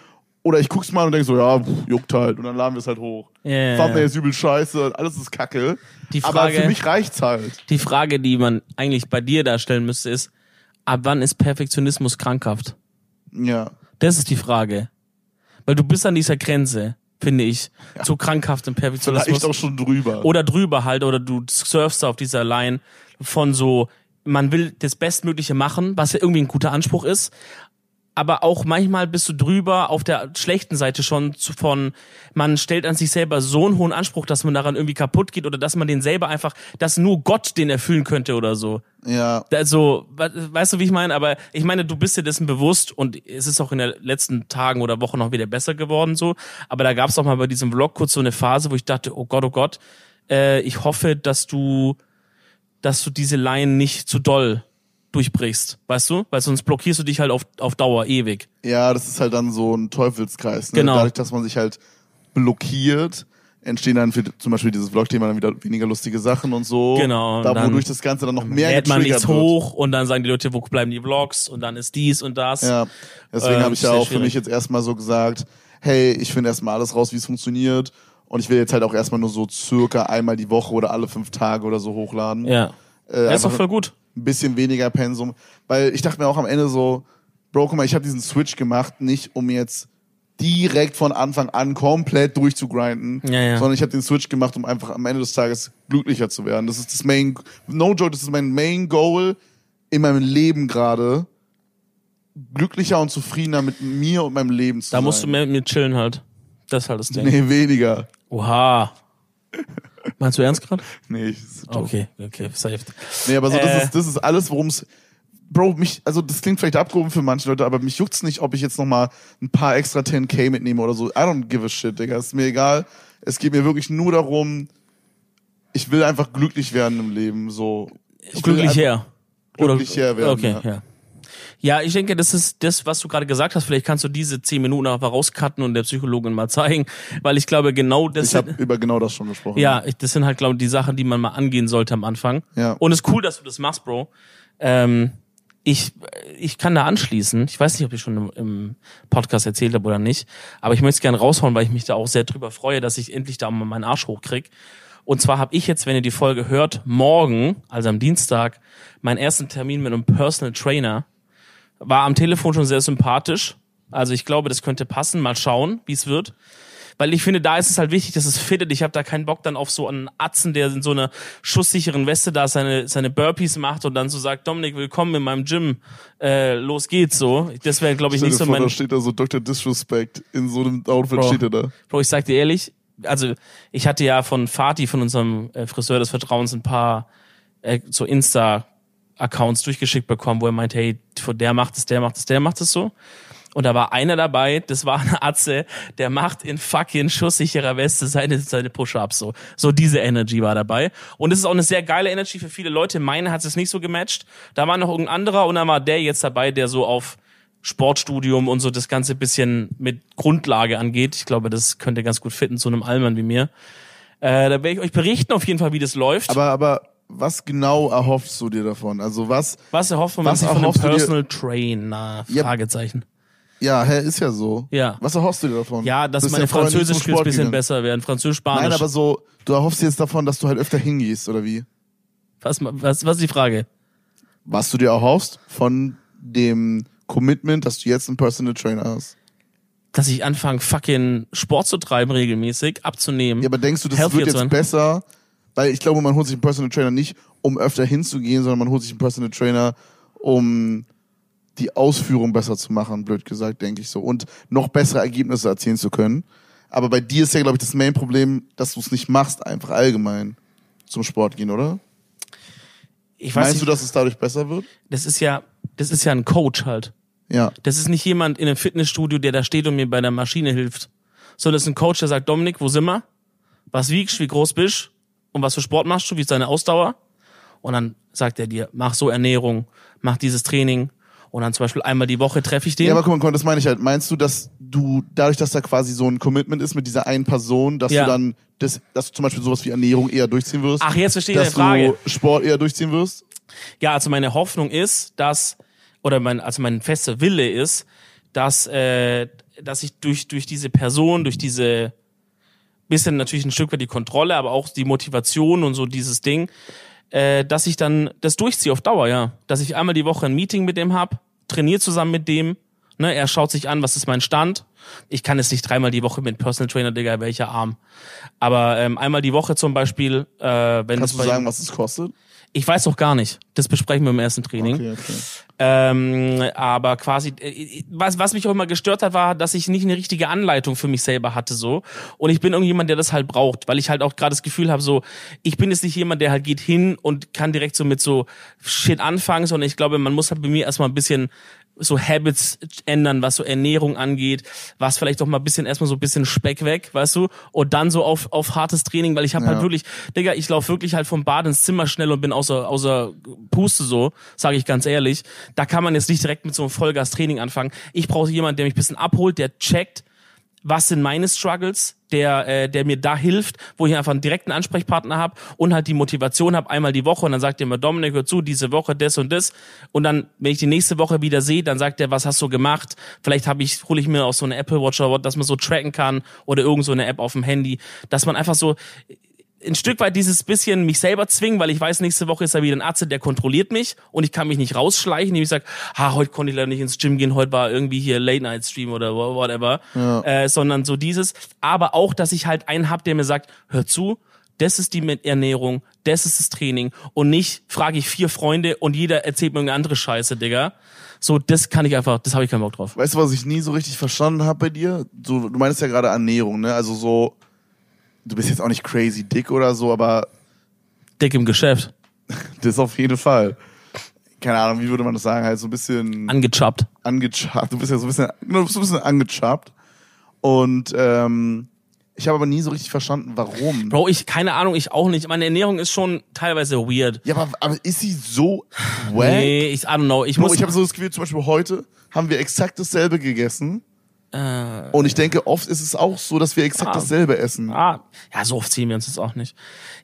A: Oder ich guck's mal und denk so, ja, pff, juckt halt. Und dann laden wir es halt hoch.
B: Ja, ja, ja.
A: Thumbnail ist übel scheiße, alles ist kacke.
B: Die
A: Aber
B: Frage-
A: für mich reicht's halt.
B: Die Frage, die man eigentlich bei dir darstellen müsste, ist, ab wann ist Perfektionismus krankhaft?
A: Ja.
B: Das ist die Frage. Weil du bist an dieser Grenze, finde ich, zu krankhaftem
A: Vielleicht um
B: Perfektionismus.
A: auch schon drüber.
B: oder drüber halt, oder du surfst auf dieser Line von so, man will das Bestmögliche machen, was ja irgendwie ein guter Anspruch ist. Aber auch manchmal bist du drüber auf der schlechten Seite schon zu- von, man stellt an sich selber so einen hohen Anspruch, dass man daran irgendwie kaputt geht oder dass man den selber einfach, dass nur Gott den erfüllen könnte oder so.
A: ja.
B: Also, we- weißt du, wie ich meine? Aber ich meine, du bist dir dessen bewusst und es ist auch in den letzten Tagen oder Wochen noch wieder besser geworden so. Aber da gab es auch mal bei diesem Vlog kurz so eine Phase, wo ich dachte, oh Gott, oh Gott, äh, ich hoffe, dass du, dass du diese Line nicht zu doll durchbrichst, weißt du? Weil sonst blockierst du dich halt auf, auf Dauer ewig.
A: Ja, das ist halt dann so ein Teufelskreis. Ne?
B: Genau.
A: Dadurch, dass man sich halt blockiert, entstehen dann für zum Beispiel dieses Vlog-Thema dann wieder weniger lustige Sachen und so.
B: Genau, und
A: Da,
B: dann
A: wodurch das Ganze dann noch mehr
B: Lädt man
A: getriggert
B: nichts hoch und dann sagen die Leute, wo bleiben die Vlogs und dann ist dies und das.
A: wird. Ja. Deswegen
B: Ähm,
A: habe ich ja
B: sehr
A: auch für
B: schwierig.
A: mich jetzt erstmal so gesagt, hey, ich finde erstmal alles raus, wie es funktioniert. Und ich will jetzt halt auch erstmal nur so circa einmal die Woche oder alle fünf Tage oder so hochladen.
B: ja.
A: Äh,
B: Das ist doch
A: einfach-
B: voll gut.
A: ein bisschen weniger Pensum, weil ich dachte mir auch am Ende so, Bro, guck mal, ich habe diesen Switch gemacht, nicht um jetzt direkt von Anfang an komplett durchzugrinden,
B: Ja, ja.
A: sondern ich habe den Switch gemacht, um einfach am Ende des Tages glücklicher zu werden. Das ist das Main, no joke, das ist mein Main Goal in meinem Leben gerade, glücklicher und zufriedener mit mir und meinem Leben zu
B: Da
A: sein.
B: musst du mehr mit mir chillen halt. Das ist halt das Ding.
A: Nee, weniger. (laughs)
B: Oha. Meinst du ernst gerade?
A: Nee, ich, ist ein Joke.
B: Okay, okay, safe.
A: Nee, aber so, das,
B: Äh.
A: ist, das ist alles, worum es. Bro, mich, also das klingt vielleicht abgehoben für manche Leute, aber mich juckt's nicht, ob ich jetzt nochmal ein paar extra 10k mitnehme oder so. I don't give a shit, Digga. Ist mir egal. Es geht mir wirklich nur darum, ich will einfach glücklich werden im Leben. So. Ich will
B: glücklich
A: einfach-
B: her.
A: also glücklich her werden,
B: Okay,
A: ja.
B: ja. ja. ich denke, das ist das, was du gerade gesagt hast. Vielleicht kannst du diese zehn Minuten einfach rauscutten und der Psychologin mal zeigen, weil ich glaube, genau das
A: Ich habe über genau das schon gesprochen.
B: Ja, ich, das sind halt, glaube ich, die Sachen, die man mal angehen sollte am Anfang.
A: Ja.
B: Und es ist cool, dass du das machst, Bro. Ähm, ich, ich kann da anschließen. Ich weiß nicht, ob ich schon im, im Podcast erzählt habe oder nicht, aber ich möchte es gerne raushauen, weil ich mich da auch sehr drüber freue, dass ich endlich da mal meinen Arsch hochkrieg. Und zwar habe ich jetzt, wenn ihr die Folge hört, morgen, also am Dienstag, meinen ersten Termin mit einem Personal Trainer. War am Telefon schon sehr sympathisch. Also ich glaube, das könnte passen. Mal schauen, wie es wird. Weil ich finde, da ist es halt wichtig, dass es fittet. Ich habe da keinen Bock dann auf so einen Atzen, der in so einer schusssicheren Weste da seine, seine Burpees macht und dann so sagt, Dominik, willkommen in meinem Gym. Äh, los geht's so. Das wäre, glaube ich,
A: Stell
B: nicht
A: dir vor,
B: so mein...
A: da steht da so Dr. Disrespect in so einem Outfit
B: Bro.
A: steht er da.
B: Bro, ich sag dir ehrlich, also ich hatte ja von Fatih, von unserem äh, Friseur des Vertrauens, ein paar äh, so Insta-Accounts durchgeschickt bekommen, wo er meinte, hey, von der macht es, der macht es, der macht es so. Und da war einer dabei, das war eine Atze, der macht in fucking schusssicherer Weste seine, seine Push-Ups so. So diese Energy war dabei. Und es ist auch eine sehr geile Energy für viele Leute. Meine hat es nicht so gematcht. Da war noch irgendein anderer und dann war der jetzt dabei, der so auf Sportstudium und so das ganze bisschen mit Grundlage angeht. Ich glaube, das könnte ganz gut fitten zu einem Allmann wie mir. Äh, da werde ich euch berichten auf jeden Fall, wie das läuft.
A: Aber, aber was genau erhoffst du dir davon? Also was,
B: was erhofft man
A: was
B: sich von einem
A: erhoffst du dir-
B: Personal Trainer?
A: Ja.
B: Fragezeichen.
A: ja, hä, ist ja so.
B: Ja.
A: Was erhoffst du dir davon?
B: Ja, dass
A: Bist
B: meine
A: ja vorher nicht zum
B: Französisch-Skills
A: Sport
B: bisschen
A: gegangen.
B: besser werden. Französisch-Spanisch.
A: Nein, aber so, du erhoffst dir jetzt davon, dass du halt öfter hingehst, oder wie?
B: was, was, was ist die Frage?
A: Was du dir erhoffst von dem Commitment, dass du jetzt einen Personal Trainer hast.
B: Dass ich anfange, fucking Sport zu treiben regelmäßig, abzunehmen.
A: Ja, aber denkst du, das
B: Healthier
A: wird
B: zu
A: jetzt
B: Hm? sein.
A: besser? Weil ich glaube, man holt sich einen Personal Trainer nicht, um öfter hinzugehen, sondern man holt sich einen Personal Trainer, um die Ausführung besser zu machen, blöd gesagt, denke ich so. Und noch bessere Ergebnisse erzielen zu können. Aber bei dir ist ja, glaube ich, das Main-Problem, dass du es nicht machst, einfach allgemein zum Sport gehen, oder?
B: ich weiß
A: Meinst
B: nicht,
A: du, dass es dadurch besser wird?
B: das ist ja, das ist ja ein Coach halt.
A: Ja.
B: Das ist nicht jemand in einem Fitnessstudio, der da steht und mir bei der Maschine hilft. Sondern es ist ein Coach, der sagt, Dominik, wo sind wir? Was wiegst, wie groß bist? Und was für Sport machst du? Wie ist deine Ausdauer? Und dann sagt er dir, mach so Ernährung, mach dieses Training. Und dann zum Beispiel einmal die Woche treffe ich den.
A: Ja, aber guck mal, guck mal, das meine ich halt. Meinst du, dass du, dadurch, dass da quasi so ein Commitment ist mit dieser einen Person, dass
B: Ja.
A: du dann, das, dass du zum Beispiel sowas wie Ernährung eher durchziehen wirst?
B: Ach, jetzt verstehe ich
A: dass
B: deine Frage.
A: du Sport eher durchziehen wirst?
B: Ja, also meine Hoffnung ist, dass, oder mein, also mein fester Wille ist, dass, äh, dass ich durch, durch diese Person, durch diese bisschen natürlich ein Stück weit die Kontrolle, aber auch die Motivation und so dieses Ding, äh, dass ich dann das durchziehe auf Dauer, ja. Dass ich einmal die Woche ein Meeting mit dem hab, trainiere zusammen mit dem, ne, er schaut sich an, was ist mein Stand. Ich kann es nicht dreimal die Woche mit Personal Trainer, Digga, welcher Arm. Aber ähm, einmal die Woche zum Beispiel, äh, wenn es
A: Kannst du
B: bei-
A: sagen, was es kostet?
B: ich weiß noch gar nicht. Das besprechen wir im ersten Training.
A: Okay, okay.
B: Ähm, aber quasi, äh, was, was mich auch immer gestört hat, war, dass ich nicht eine richtige Anleitung für mich selber hatte so. Und ich bin irgendjemand, der das halt braucht, weil ich halt auch gerade das Gefühl habe, so, ich bin jetzt nicht jemand, der halt geht hin und kann direkt so mit so Shit anfangen, sondern ich glaube, man muss halt bei mir erstmal ein bisschen so Habits ändern, was so Ernährung angeht, was vielleicht auch mal ein bisschen erstmal so ein bisschen Speck weg, weißt du, und dann so auf, auf hartes Training, weil ich habe halt
A: Ja.
B: wirklich, Digga, ich laufe wirklich halt vom Bad ins Zimmer schnell und bin außer, außer Puste so, sage ich ganz ehrlich. Da kann man jetzt nicht direkt mit so einem Vollgas-Training anfangen. Ich brauche jemanden, der mich ein bisschen abholt, der checkt, was sind meine Struggles, der, äh, der mir da hilft, wo ich einfach einen direkten Ansprechpartner habe und halt die Motivation habe, einmal die Woche und dann sagt der mir, Dominik, hör zu, diese Woche das und das. Und dann, wenn ich die nächste Woche wieder sehe, dann sagt er, was hast du gemacht? Vielleicht habe ich, hole ich mir auch so eine Apple Watch oder was, dass man so tracken kann oder irgend so eine App auf dem Handy, dass man einfach so ein Stück weit dieses bisschen mich selber zwingen, weil ich weiß, nächste Woche ist da wieder ein Arzt, der kontrolliert mich und ich kann mich nicht rausschleichen, indem ich sage, ha, heute konnte ich leider nicht ins Gym gehen, heute war irgendwie hier Late-Night-Stream oder wha- whatever,
A: Ja.
B: äh, sondern so dieses, aber auch, dass ich halt einen hab, der mir sagt, hör zu, das ist die Met- Ernährung, das ist das Training und nicht frage ich vier Freunde und jeder erzählt mir irgendeine andere Scheiße, Digga. So, das kann ich einfach, das habe ich keinen Bock drauf.
A: Weißt du, was ich nie so richtig verstanden habe bei dir? Du, du meinst ja gerade Ernährung, ne? Also so, du bist jetzt auch nicht crazy dick oder so, aber
B: Dick im Geschäft,
A: das auf jeden Fall. Keine Ahnung, wie würde man das sagen? Halt so ein bisschen
B: angechappt.
A: angecharpt. Du bist ja so ein bisschen, du bist so ein bisschen angecharpt. Und ähm, ich habe aber nie so richtig verstanden, warum.
B: Bro, ich, keine Ahnung, ich auch nicht. Meine Ernährung ist schon teilweise weird.
A: Ja, aber, aber ist sie so wack?
B: Nee, ich, I don't know. Ich
A: Bro,
B: muss,
A: ich habe so das Gefühl, zum Beispiel heute haben wir exakt dasselbe gegessen.
B: äh,
A: Und ich denke, oft ist es auch so, dass wir exakt
B: Ah.
A: dasselbe essen.
B: ah, ja, so oft ziehen wir uns jetzt auch nicht.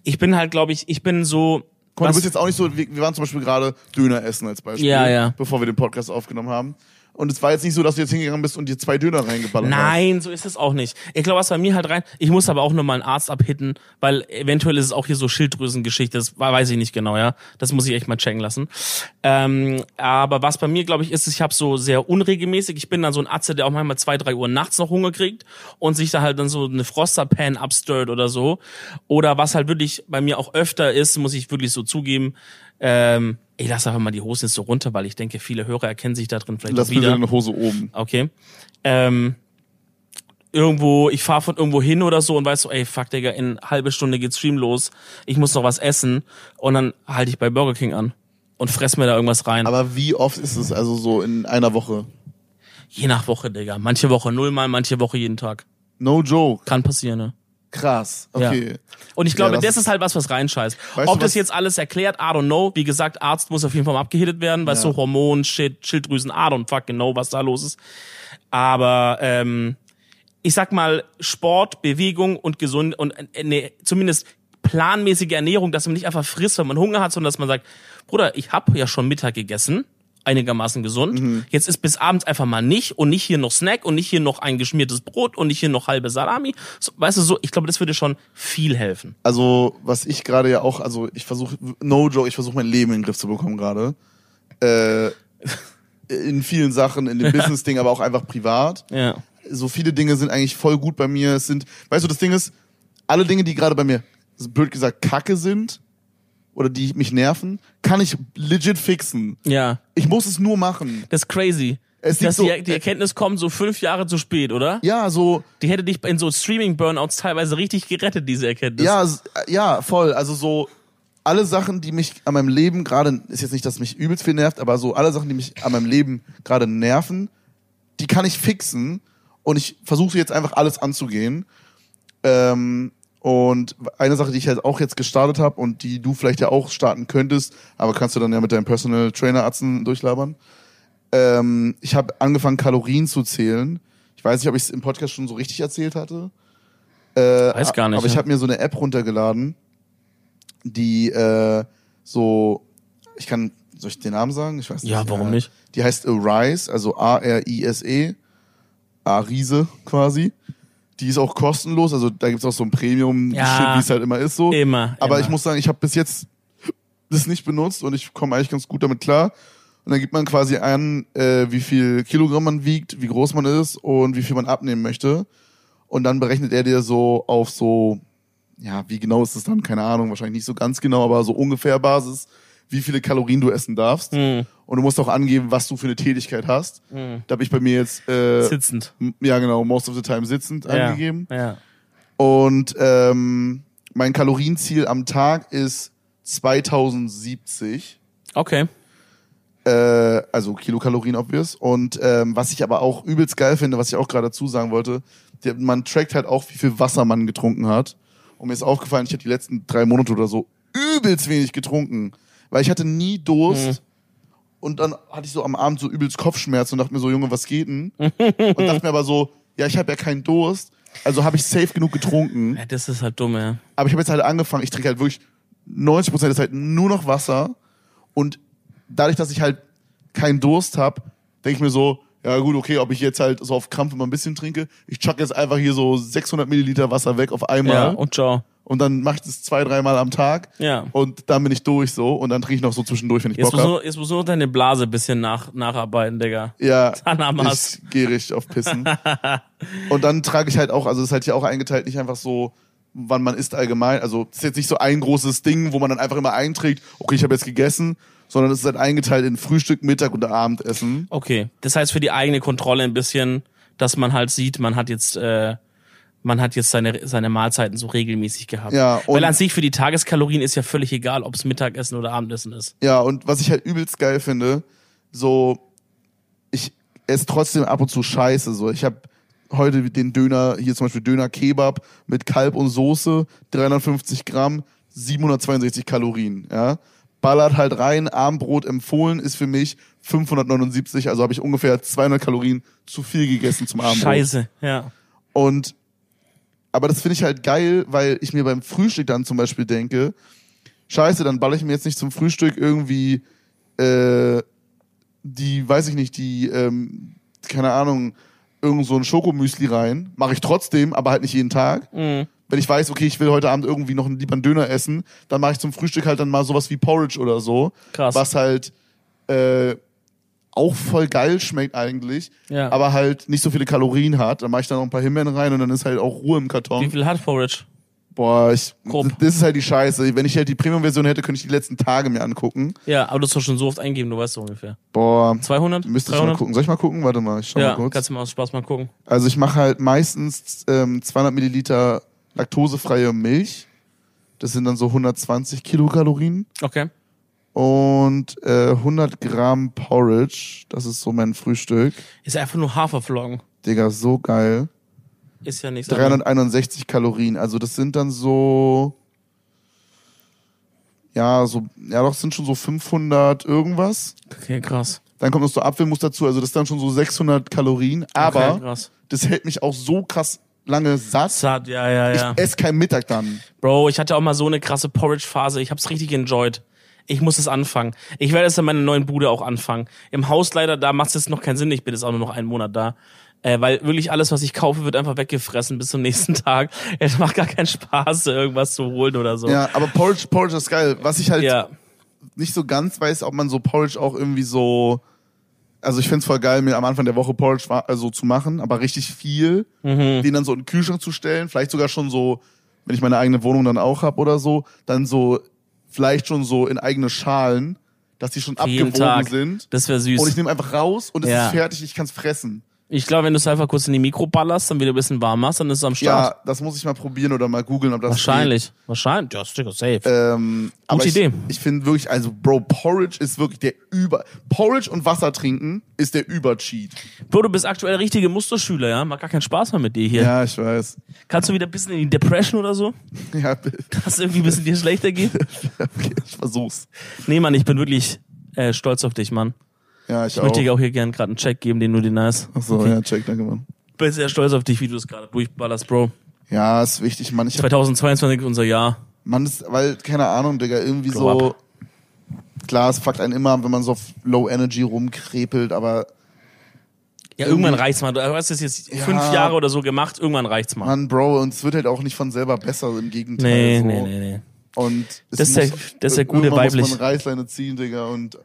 B: Ich bin halt, glaube ich, ich bin so,
A: Guck mal, du
B: was-
A: bist jetzt auch nicht so, wir, wir waren zum Beispiel gerade Döner essen als Beispiel,
B: Ja, ja.
A: bevor wir den Podcast aufgenommen haben. Und es war jetzt nicht so, dass du jetzt hingegangen bist und dir zwei Döner reingeballert hast.
B: Nein, so ist es auch nicht. Ich glaube, was bei mir halt rein, ich muss aber auch nur mal einen Arzt abhitten, weil eventuell ist es auch hier so Schilddrüsengeschichte, das wa- weiß ich nicht genau, ja. Das muss ich echt mal checken lassen. Ähm, aber was bei mir, glaube ich, ist, ich habe so sehr unregelmäßig, ich bin dann so ein Arzt, der auch manchmal zwei, drei Uhr nachts noch Hunger kriegt und sich da halt dann so eine Frosterpan abstirrt oder so. Oder was halt wirklich bei mir auch öfter ist, muss ich wirklich so zugeben, ähm, ich lasse einfach mal die Hosen jetzt so runter, weil ich denke, viele Hörer erkennen sich da drin vielleicht
A: Lass
B: auch
A: bitte
B: wieder.
A: deine Hose oben.
B: Okay. Ähm, irgendwo, ich fahre von irgendwo hin oder so und weiß so, ey, fuck, Digga, in halbe Stunde geht's Stream los. Ich muss noch was essen. Und dann halte ich bei Burger King an und fress mir da irgendwas rein.
A: Aber wie oft ist es also so in einer Woche?
B: Je nach Woche, Digga. Manche Woche nullmal, manche Woche jeden Tag.
A: No joke.
B: Kann passieren, ne?
A: Krass.
B: Ja.
A: Okay.
B: Und ich
A: Ja,
B: glaube,
A: das
B: das,
A: ist-
B: ist halt was, was reinscheißt.
A: Weißt
B: Ob
A: du,
B: das
A: was-
B: jetzt alles erklärt, I don't know. Wie gesagt, Arzt muss auf jeden Fall mal abgehittet werden, weil
A: Ja.
B: so Hormon, Shit, Schilddrüsen, I don't fucking know, was da los ist. Aber ähm, ich sag mal, Sport, Bewegung und gesund und äh, nee, zumindest planmäßige Ernährung, dass man nicht einfach frisst, wenn man Hunger hat, sondern dass man sagt, Bruder, ich habe ja schon Mittag gegessen, einigermaßen gesund. Jetzt ist bis abends einfach mal nicht und nicht hier noch Snack und nicht hier noch ein geschmiertes Brot und nicht hier noch halbe Salami. So, weißt du so, ich glaube, das würde schon viel helfen.
A: Also, was ich gerade ja auch, also ich versuche, no joke, ich versuche mein Leben in den Griff zu bekommen gerade. Äh, in vielen Sachen, in dem Business-Ding, aber auch einfach privat.
B: Ja.
A: so viele Dinge sind eigentlich voll gut bei mir. Es sind, weißt du, das Ding ist, alle Dinge, die gerade bei mir, so blöd gesagt, kacke sind oder die mich nerven, kann ich legit fixen.
B: Ja.
A: Ich muss es nur machen.
B: Das ist crazy.
A: Es liegt
B: dass
A: so-
B: die, die Erkenntnis kommt so fünf Jahre zu spät, oder?
A: Ja, so,
B: Die hätte dich in so Streaming-Burnouts teilweise richtig gerettet, diese Erkenntnis.
A: ja, s- ja, voll. Also so, alle Sachen, die mich an meinem Leben gerade, ist jetzt nicht, dass mich übelst viel nervt, aber so alle Sachen, die mich an meinem Leben gerade nerven, die kann ich fixen und ich versuche jetzt einfach alles anzugehen. Ähm, und eine Sache, die ich halt auch jetzt gestartet habe und die du vielleicht ja auch starten könntest, aber kannst du dann ja mit deinem Personal Trainer Atzen durchlabern. Ähm, ich habe angefangen, Kalorien zu zählen. Ich weiß nicht, ob ich es im Podcast schon so richtig erzählt hatte. Äh,
B: Weiß gar nicht, ne?
A: Aber ich
B: ja.
A: habe mir so eine App runtergeladen, die äh, so, ich kann, soll ich den Namen sagen? Ich weiß nicht.
B: Ja, warum nicht?
A: Die heißt Arise, also A-R-I-S-E. E, Arise quasi. Die ist auch kostenlos, also da gibt's auch so ein Premium-Shit,
B: Ja.
A: wie es halt immer ist so.
B: Immer,
A: Aber
B: immer.
A: ich muss sagen, ich habe bis jetzt das nicht benutzt und ich komme eigentlich ganz gut damit klar. Und dann gibt man quasi an, äh, wie viel Kilogramm man wiegt, wie groß man ist und wie viel man abnehmen möchte. Und dann berechnet er dir so auf so, ja, wie genau ist es dann? Keine Ahnung, wahrscheinlich nicht so ganz genau, aber so ungefähr Basis, wie viele Kalorien du essen darfst.
B: Hm,
A: Und du musst auch angeben, was du für eine Tätigkeit hast.
B: hm.
A: Da habe ich bei mir jetzt, äh,
B: Sitzend.
A: m- ja genau, most of the time sitzend angegeben.
B: Ja. ja.
A: Und ähm, mein Kalorienziel am Tag ist 2070.
B: Okay.
A: Äh, also Kilokalorien obvious. Und ähm, was ich aber auch übelst geil finde, was ich auch gerade dazu sagen wollte, der, man trackt halt auch, wie viel Wasser man getrunken hat. Und mir ist aufgefallen, ich habe die letzten drei Monate oder so übelst wenig getrunken. Weil ich hatte nie Durst. Und dann hatte ich so am Abend so übelst Kopfschmerzen und dachte mir so, Junge, was geht denn? und dachte mir aber so, ja, ich habe ja keinen Durst. Also habe ich safe genug getrunken.
B: Ja, das ist halt dumm, ja.
A: Aber ich habe jetzt halt angefangen, ich trinke halt wirklich 90% der Zeit halt nur noch Wasser. Und dadurch, dass ich halt keinen Durst habe, denke ich mir so, ja gut, okay, ob ich jetzt halt so auf Krampf immer ein bisschen trinke, ich chuck jetzt einfach hier so 600 Milliliter Wasser weg auf einmal.
B: Ja, und ciao.
A: und dann mache ich das zwei, dreimal am Tag
B: Ja.
A: und dann bin ich durch so und dann trinke ich noch so zwischendurch, wenn ich
B: Jetzt
A: Bock
B: musst, du,
A: habe.
B: nur- jetzt musst du nur deine Blase ein bisschen nach, nacharbeiten, Digga.
A: Ja,
B: Dann am Arsch.
A: ich gehe richtig auf Pissen. und dann trage ich halt auch, also es ist halt hier auch eingeteilt, nicht einfach so, wann man isst allgemein. Also es ist jetzt nicht so ein großes Ding, wo man dann einfach immer einträgt, okay, ich habe jetzt gegessen, sondern es ist halt eingeteilt in Frühstück, Mittag und Abendessen.
B: Okay. Das heißt für die eigene Kontrolle ein bisschen, dass man halt sieht, man hat jetzt, äh, man hat jetzt seine, seine Mahlzeiten so regelmäßig gehabt.
A: Ja, und-
B: Weil an sich für die Tageskalorien ist ja völlig egal, ob es Mittagessen oder Abendessen ist.
A: Ja, und was ich halt übelst geil finde, so, ich esse trotzdem ab und zu Scheiße. So, ich habe heute den Döner, hier zum Beispiel Döner Kebab mit Kalb und Soße, 350 Gramm, 762 Kalorien, ja. Ballert halt rein, Armbrot empfohlen ist für mich 579, also habe ich ungefähr 200 Kalorien zu viel gegessen zum Abendbrot.
B: Scheiße, ja.
A: Und aber das finde ich halt geil, weil ich mir beim Frühstück dann zum Beispiel denke, scheiße, dann baller ich mir jetzt nicht zum Frühstück irgendwie äh, die, weiß ich nicht, die, ähm, keine Ahnung, irgend so ein Schokomüsli rein. Mache ich trotzdem, aber halt nicht jeden Tag. Wenn ich weiß, okay, ich will heute Abend irgendwie noch einen- lieber einen Döner essen, dann mache ich zum Frühstück halt dann mal sowas wie Porridge oder so.
B: Krass.
A: Was halt äh, auch voll geil schmeckt eigentlich,
B: Ja.
A: aber halt nicht so viele Kalorien hat. Dann mache ich da noch ein paar Himbeeren rein und dann ist halt auch Ruhe im
B: Wie
A: Karton.
B: viel hat Porridge?
A: Boah, ich,
B: Grob.
A: das ist halt die Scheiße. Wenn ich halt die Premium-Version hätte, könnte ich die letzten Tage mir angucken.
B: Ja, aber du hast doch schon so oft eingeben, du weißt so ungefähr.
A: Boah,
B: 200?
A: müsste ich
B: 300?
A: mal gucken. Soll ich mal gucken? Warte mal, ich schau
B: Ja,
A: mal kurz.
B: kannst du mal aus Spaß mal gucken.
A: Also ich mache halt meistens ähm, 200 Milliliter laktosefreie Milch. Das sind dann so 120 Kilokalorien.
B: Okay.
A: Und äh, 100 Gramm Porridge. Das ist so mein Frühstück.
B: Ist einfach nur Haferflocken.
A: Digga, so geil.
B: Ist ja nichts. anderes.
A: 361 Kalorien. Also das sind dann so... Ja, so, ja, doch, das sind schon so 500 irgendwas.
B: Okay, krass.
A: Dann kommt noch so Apfelmus dazu, also das sind dann schon so 600 Kalorien. Aber
B: okay, krass.
A: das hält mich auch so krass lange satt.
B: Satt, ja, ja, ja.
A: Ich esse kein Mittag dann.
B: Bro, ich hatte auch mal so eine krasse Porridge-Phase. Ich hab's richtig enjoyed. Ich muss es anfangen. Ich werde es in meiner neuen Bude auch anfangen. Im Haus leider, da macht es jetzt noch keinen Sinn. Ich bin jetzt auch nur noch einen Monat da. Äh, weil wirklich alles, was ich kaufe, wird einfach weggefressen bis zum nächsten (laughs) Tag. Es macht gar keinen Spaß, irgendwas zu holen oder so.
A: Ja, aber Porridge, Porridge ist geil. Was ich halt
B: ja.
A: nicht so ganz weiß, ob man so Porridge auch irgendwie so. Also ich find's voll geil, mir am Anfang der Woche Porridge wa- also zu machen, aber richtig viel,
B: Mhm.
A: den dann so in den Kühlschrank zu stellen, vielleicht sogar schon so, wenn ich meine eigene Wohnung dann auch hab oder so, dann so vielleicht schon so in eigene Schalen, dass die schon
B: jeden
A: abgewogen
B: Tag.
A: sind.
B: Das wäre süß.
A: Und ich nehme einfach raus und es
B: Ja.
A: ist fertig, ich kann's fressen.
B: Ich glaube, wenn du es einfach kurz in die Mikro ballerst, dann wieder ein bisschen warm machst, dann ist es am Start.
A: Ja, das muss ich mal probieren oder mal googeln, ob das
B: Wahrscheinlich. Wahrscheinlich. Ja, Sticker safe.
A: Geht. Ähm, aber
B: Idee.
A: Ich, ich finde wirklich, also Bro, Porridge ist wirklich der Über. Porridge und Wasser trinken ist der Übercheat.
B: Bro, du bist aktuell richtige Musterschüler, ja? Macht gar keinen Spaß mehr mit dir hier.
A: Ja, ich weiß. (laughs)
B: Kannst du wieder ein bisschen in die Depression oder so?
A: Ja,
B: Dass irgendwie ein bisschen dir schlechter geht?
A: okay, ich versuch's.
B: Nee, Mann, ich bin wirklich äh, stolz auf dich, Mann.
A: Ja, ich,
B: Ich möchte dir
A: auch.
B: auch hier gerne gerade einen Check geben, den du dir nice.
A: Achso,
B: okay.
A: ja, check, danke, Mann.
B: Bin sehr stolz auf dich, wie du es gerade durchballerst, Bro.
A: Ja, ist wichtig, Mann. Ich hab,
B: 2022 ist unser Jahr.
A: man ist, weil, keine Ahnung, Digga, irgendwie
B: Glow
A: so. Klar, es fuckt einen immer, wenn man so auf Low Energy rumkrepelt, aber
B: Ja, irgendwann reicht's mal. Du hast es jetzt
A: Ja.
B: fünf Jahre oder so gemacht, irgendwann reicht's mal.
A: Mann, also Bro, und es wird halt auch nicht von selber besser, im
B: Nee,
A: Gegenteil. so.
B: nee, nee, nee.
A: Und es
B: Das ist der-
A: muss-
B: das ist der gute
A: irgendwann Muss
B: weibliche-
A: man Reißleine ziehen, Digga, und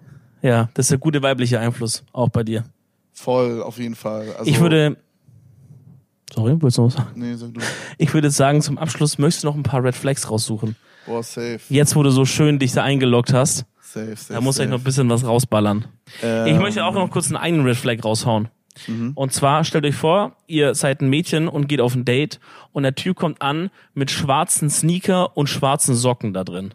B: Ja, das ist der gute weibliche Einfluss, auch bei dir.
A: voll, auf jeden Fall. Also,
B: Ich würde. Sorry, willst du noch was sagen?
A: Nee, sag du.
B: Ich würde sagen, zum Abschluss möchtest du noch ein paar Red Flags raussuchen.
A: Boah, safe.
B: Jetzt, wo du so schön dich da eingeloggt hast,
A: Safe, safe.
B: da muss ich
A: safe.
B: noch ein bisschen was rausballern.
A: Ähm, Mhm.
B: Ich möchte auch noch kurz einen eigenen Red Flag raushauen. Und zwar stellt euch vor, ihr seid ein Mädchen und geht auf ein Date und der Typ kommt an mit schwarzen Sneaker und schwarzen Socken da drin.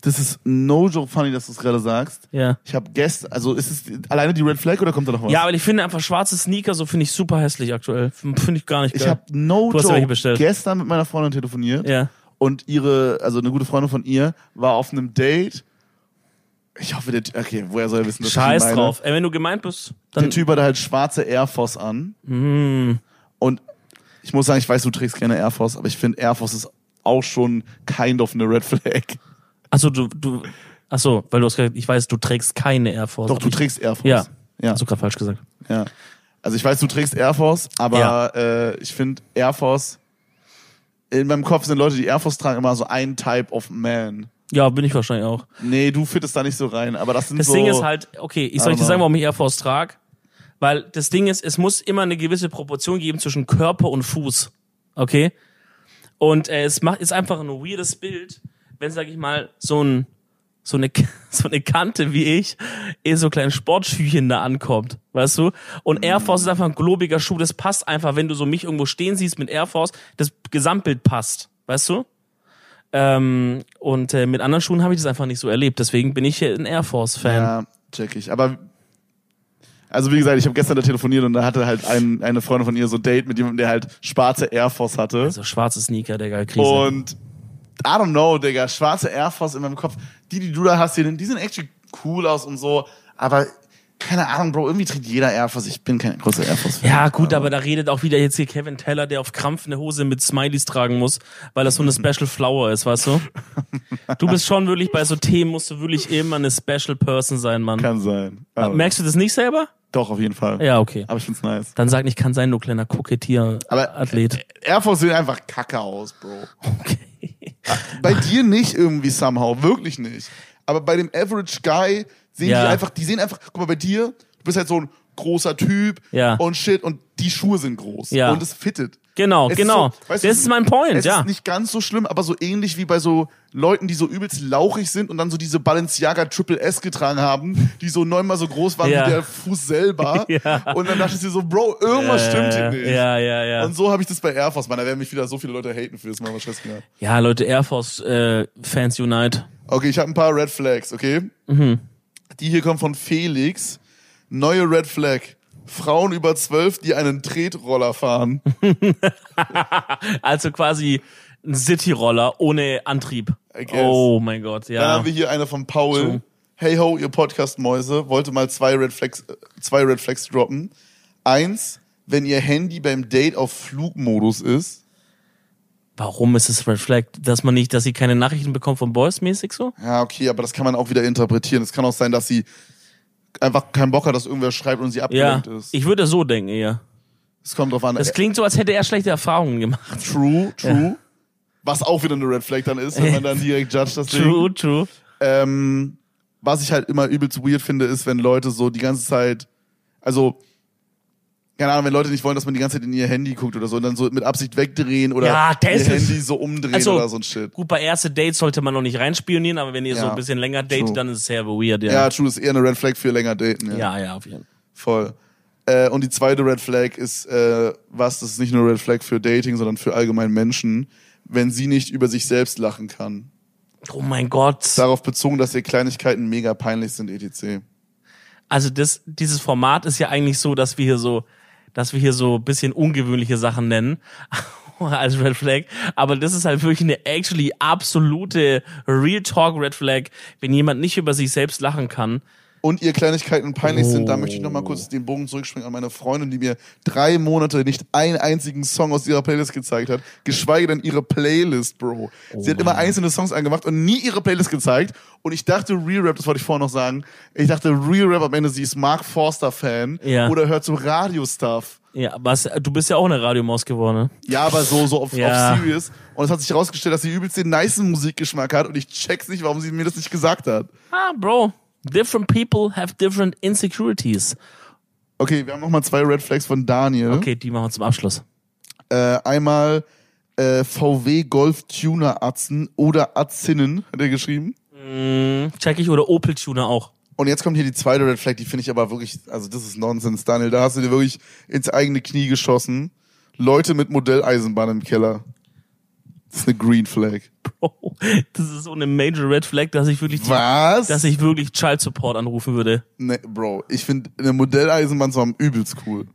A: Das ist no joke funny, dass du es gerade sagst.
B: Ja.
A: Ich habe gestern, also ist es alleine die Red Flag oder kommt da noch was?
B: Ja, aber ich finde einfach schwarze Sneaker, so finde ich super hässlich aktuell. Finde ich gar nicht geil.
A: Ich habe no
B: Du hast ja welche
A: joke
B: bestellt.
A: gestern mit meiner Freundin telefoniert
B: ja.
A: und ihre, also eine gute Freundin von ihr, war auf einem Date. Ich hoffe, der Ty- okay, woher soll er wissen, dass ich ihn
B: Scheiß
A: meine?
B: drauf. Ey, wenn du gemeint bist,
A: Der
B: dann Mm.
A: Typ hatte halt schwarze Air Force an. Und ich muss sagen, ich weiß, du trägst keine Air Force, aber ich finde Air Force ist auch schon kind of eine Red Flag.
B: Achso, Also du, du, achso, weil du hast gesagt, ich weiß, du trägst keine Air Force.
A: Doch, du trägst Air Force.
B: Ja. Also-
A: Ja.
B: Hast du gerade falsch gesagt.
A: ja. Also ich weiß, du trägst Air Force, aber
B: Ja.
A: äh, ich finde Air Force. In meinem Kopf sind Leute, die Air Force tragen, immer so ein Type of Man.
B: Ja, bin ich wahrscheinlich auch.
A: Nee, du fittest da nicht so rein, aber das sind
B: Das
A: so.
B: Ding ist halt, okay, ich soll ich dir
A: Aber-
B: sagen, warum ich Air Force trage? Weil das Ding ist, es muss immer eine gewisse Proportion geben zwischen Körper und Fuß. Okay? Und äh, es macht, ist einfach ein weirdes Bild, wenn, sag ich mal, so ein so eine, (laughs) so eine Kante wie ich in so kleinen Sportschüchen da ankommt, weißt du? Und Air Force ist einfach ein globiger Schuh, das passt einfach, wenn du so mich irgendwo stehen siehst mit Air Force, das Gesamtbild passt, weißt du? Ähm, und äh, mit anderen Schuhen habe ich das einfach nicht so erlebt, deswegen bin ich hier ein Air Force-Fan.
A: Ja, check ich. Aber also wie gesagt, ich habe gestern da telefoniert und da hatte halt ein, eine Freundin von ihr so ein Date mit jemandem, der halt schwarze Air Force hatte.
B: Also schwarze Sneaker, der geil Krise.
A: und I don't know, Digga, schwarze Air Force in meinem Kopf. Die, die du da hast, die, die sehen actually cool aus und so, aber keine Ahnung, Bro, irgendwie trägt jeder Air Force. Ich bin kein großer Air Force-Fan.
B: ja, gut, aber da redet auch wieder jetzt hier Kevin Teller, der auf Krampf eine Hose mit Smileys tragen muss, weil das so eine Special Flower ist,
A: (laughs)
B: weißt du? Du bist schon wirklich bei so Themen, musst du wirklich immer eine Special Person sein, Mann.
A: Kann sein. Aber
B: Merkst du das nicht selber?
A: doch, auf jeden Fall.
B: Ja, okay.
A: Aber ich find's nice.
B: Dann sag nicht, kann sein, du kleiner
A: Aber-
B: Kokettier-Athlet.
A: Air Force sehen einfach kacke aus, Bro.
B: Okay.
A: (laughs) Bei dir nicht irgendwie somehow, wirklich nicht. Aber bei dem Average Guy sehen
B: Ja.
A: die einfach, die sehen einfach, guck mal, bei dir, du bist halt so ein großer Typ
B: Ja.
A: und shit und die Schuhe sind groß
B: Ja.
A: und es fittet.
B: Genau,
A: Es ist
B: genau.
A: so-
B: das
A: weißt du,
B: ist mein Point,
A: Es
B: ja.
A: ist nicht ganz so schlimm, aber so ähnlich wie bei so Leuten, die so übelst lauchig sind und dann so diese Balenciaga Triple S getragen haben, die so neunmal so groß waren
B: Ja.
A: wie der Fuß selber.
B: (laughs) Ja.
A: Und dann dachte ich dir so, Bro, irgendwas stimmt hier nicht.
B: Äh, Ja, ja, ja.
A: Und so habe ich das bei Air Force, man, da werden mich wieder so viele Leute haten fürs Mama Scheißkinder.
B: ja, Leute, Air Force äh, Fans Unite.
A: Okay, ich habe ein paar Red Flags, okay?
B: Mhm.
A: Die hier kommen von Felix. Neue Red Flag. Frauen über zwölf, die einen Tretroller fahren.
B: Also quasi ein Cityroller ohne Antrieb.
A: I guess.
B: Oh mein Gott,
A: Dann
B: ja.
A: haben wir hier eine von Paul.
B: True.
A: Hey ho, ihr Podcast-Mäuse. Wollte mal zwei Red, Flags, äh, zwei Red Flags droppen. Eins, wenn ihr Handy beim Date auf Flugmodus ist.
B: Warum ist es Red Flag, dass man nicht, dass sie keine Nachrichten bekommt von Boys mäßig so?
A: Ja, okay, aber das kann man auch wieder interpretieren. Es kann auch sein, dass sie einfach keinen Bock hat, dass irgendwer schreibt und sie
B: Ja.
A: abgelenkt ist.
B: Ich würde so denken, eher.
A: Es kommt drauf an.
B: Das klingt so, als hätte er schlechte Erfahrungen gemacht.
A: True, true. Was auch wieder eine Red Flag dann ist, wenn man
B: (laughs)
A: dann direkt judge das Ding.
B: True, true.
A: Ähm, was ich halt immer übelst weird finde, ist, wenn Leute so die ganze Zeit, also, keine Ahnung, wenn Leute nicht wollen, dass man die ganze Zeit in ihr Handy guckt oder so und dann so mit Absicht wegdrehen oder
B: Ja, das
A: ihr
B: ist-
A: Handy so umdrehen
B: Also-
A: oder so ein Shit.
B: Gut, bei erste Dates sollte man noch nicht reinspionieren, aber wenn ihr so
A: Ja.
B: ein bisschen länger
A: True.
B: datet, dann ist es sehr weird,
A: Ja,
B: ja.
A: true, ist eher eine Red Flag für länger daten. Ja,
B: Ja, ja, auf jeden Fall.
A: voll. Äh, und die zweite Red Flag ist, äh, was, das ist nicht nur Red Flag für Dating, sondern für allgemein Menschen, wenn sie nicht über sich selbst lachen kann.
B: Oh mein Gott.
A: darauf bezogen, dass ihr Kleinigkeiten mega peinlich sind, E etc.
B: also das, dieses Format ist ja eigentlich so, dass wir hier so, dass wir hier so ein bisschen ungewöhnliche Sachen nennen (laughs) als Red Flag, aber das ist halt wirklich eine actually absolute Real Talk Red Flag, wenn jemand nicht über sich selbst lachen kann.
A: Und ihr Kleinigkeiten peinlich sind, da
B: Oh.
A: möchte ich nochmal kurz den Bogen zurückspringen an meine Freundin, die mir drei Monate nicht einen einzigen Song aus ihrer Playlist gezeigt hat, geschweige denn ihre Playlist, Bro. Sie
B: Oh
A: hat immer einzelne Songs angemacht und nie ihre Playlist gezeigt. Und ich dachte, Real Rap, das wollte ich vorher noch sagen, ich dachte, Real Rap am Ende, sie ist Mark Forster-Fan
B: Ja.
A: oder hört so Radio-Stuff.
B: Ja, was, du bist ja auch eine Radiomaus geworden. Ne?
A: Ja, aber so, so auf,
B: Ja.
A: auf Serious. Und es hat sich herausgestellt, dass sie übelst den nicen Musikgeschmack hat und ich check's nicht, warum sie mir das nicht gesagt hat.
B: Ah, Bro, different people have different insecurities.
A: Okay, wir haben nochmal zwei Red Flags von Daniel.
B: Okay, die machen wir zum Abschluss.
A: Äh, einmal äh, VW Golf Tuner Atzen oder Atzinnen, hat er geschrieben.
B: Hm, check ich oder Opel Tuner auch.
A: Und jetzt kommt hier die zweite Red Flag, die finde ich aber wirklich, also das ist Nonsens, Daniel. Da hast du dir wirklich ins eigene Knie geschossen. Leute mit Modelleisenbahn im Keller. Das ist eine Green Flag.
B: Bro, (laughs) das ist so eine Major Red Flag, dass ich wirklich,
A: Was?
B: dass ich wirklich Child Support anrufen würde.
A: nee, Bro, ich finde eine Modelleisenbahn zu haben übelst cool.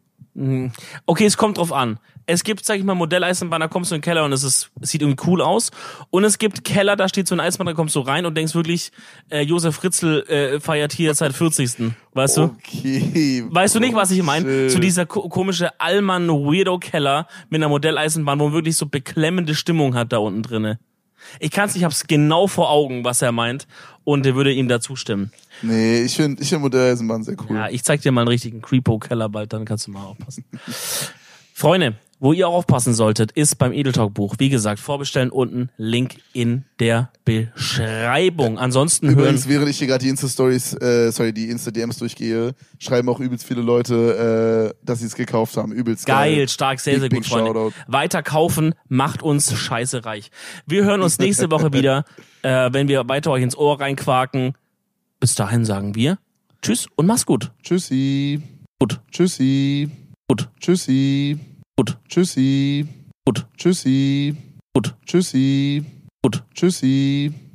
B: Okay, es kommt drauf an. Es gibt, sag ich mal, Modelleisenbahn, da kommst du in den Keller und es, ist, es sieht irgendwie cool aus. Und es gibt Keller, da steht so ein Eisbahn, da kommst du rein und denkst wirklich, äh, Josef Fritzl äh, feiert hier seit 40. Weißt
A: Oh,
B: du?
A: Okay.
B: Weißt du nicht, was ich meine?
A: Oh, Shit.
B: So dieser ko komische Allmann-Weirdo-Keller mit einer Modelleisenbahn, wo man wirklich so beklemmende Stimmung hat da unten drinne. Ich kann's, ich hab's genau vor Augen, was er meint. Und er würde ihm da zustimmen.
A: Nee, ich finde ich find Modelleisenbahn sehr cool.
B: Ja, ich zeig dir mal einen richtigen Creepo-Keller bald, dann kannst du mal aufpassen. (laughs) Freunde, wo ihr auch aufpassen solltet, ist beim Edeltalk-Buch. Wie gesagt, vorbestellen unten, Link in der Beschreibung. Ansonsten
A: Übrigens,
B: hören...
A: während ich hier gerade die Insta-Stories, äh, sorry, die Insta-DMs durchgehe, schreiben auch übelst viele Leute, äh, dass sie es gekauft haben. Übelst geil.
B: Geil, stark, sehr,
A: Big,
B: sehr gut,
A: big
B: Freunde.
A: Shoutout.
B: Weiter kaufen macht uns scheiße reich. Wir hören uns nächste Woche wieder, äh, wenn wir weiter euch ins Ohr reinquaken. Bis dahin sagen wir Tschüss und mach's gut.
A: Tschüssi.
B: Gut.
A: Tschüssi.
B: Gut.
A: Tschüssi.
B: Gut.
A: Tschüssi.
B: Gut.
A: Tschüssi.
B: Gut.
A: Tschüssi.
B: Gut.
A: Tschüssi.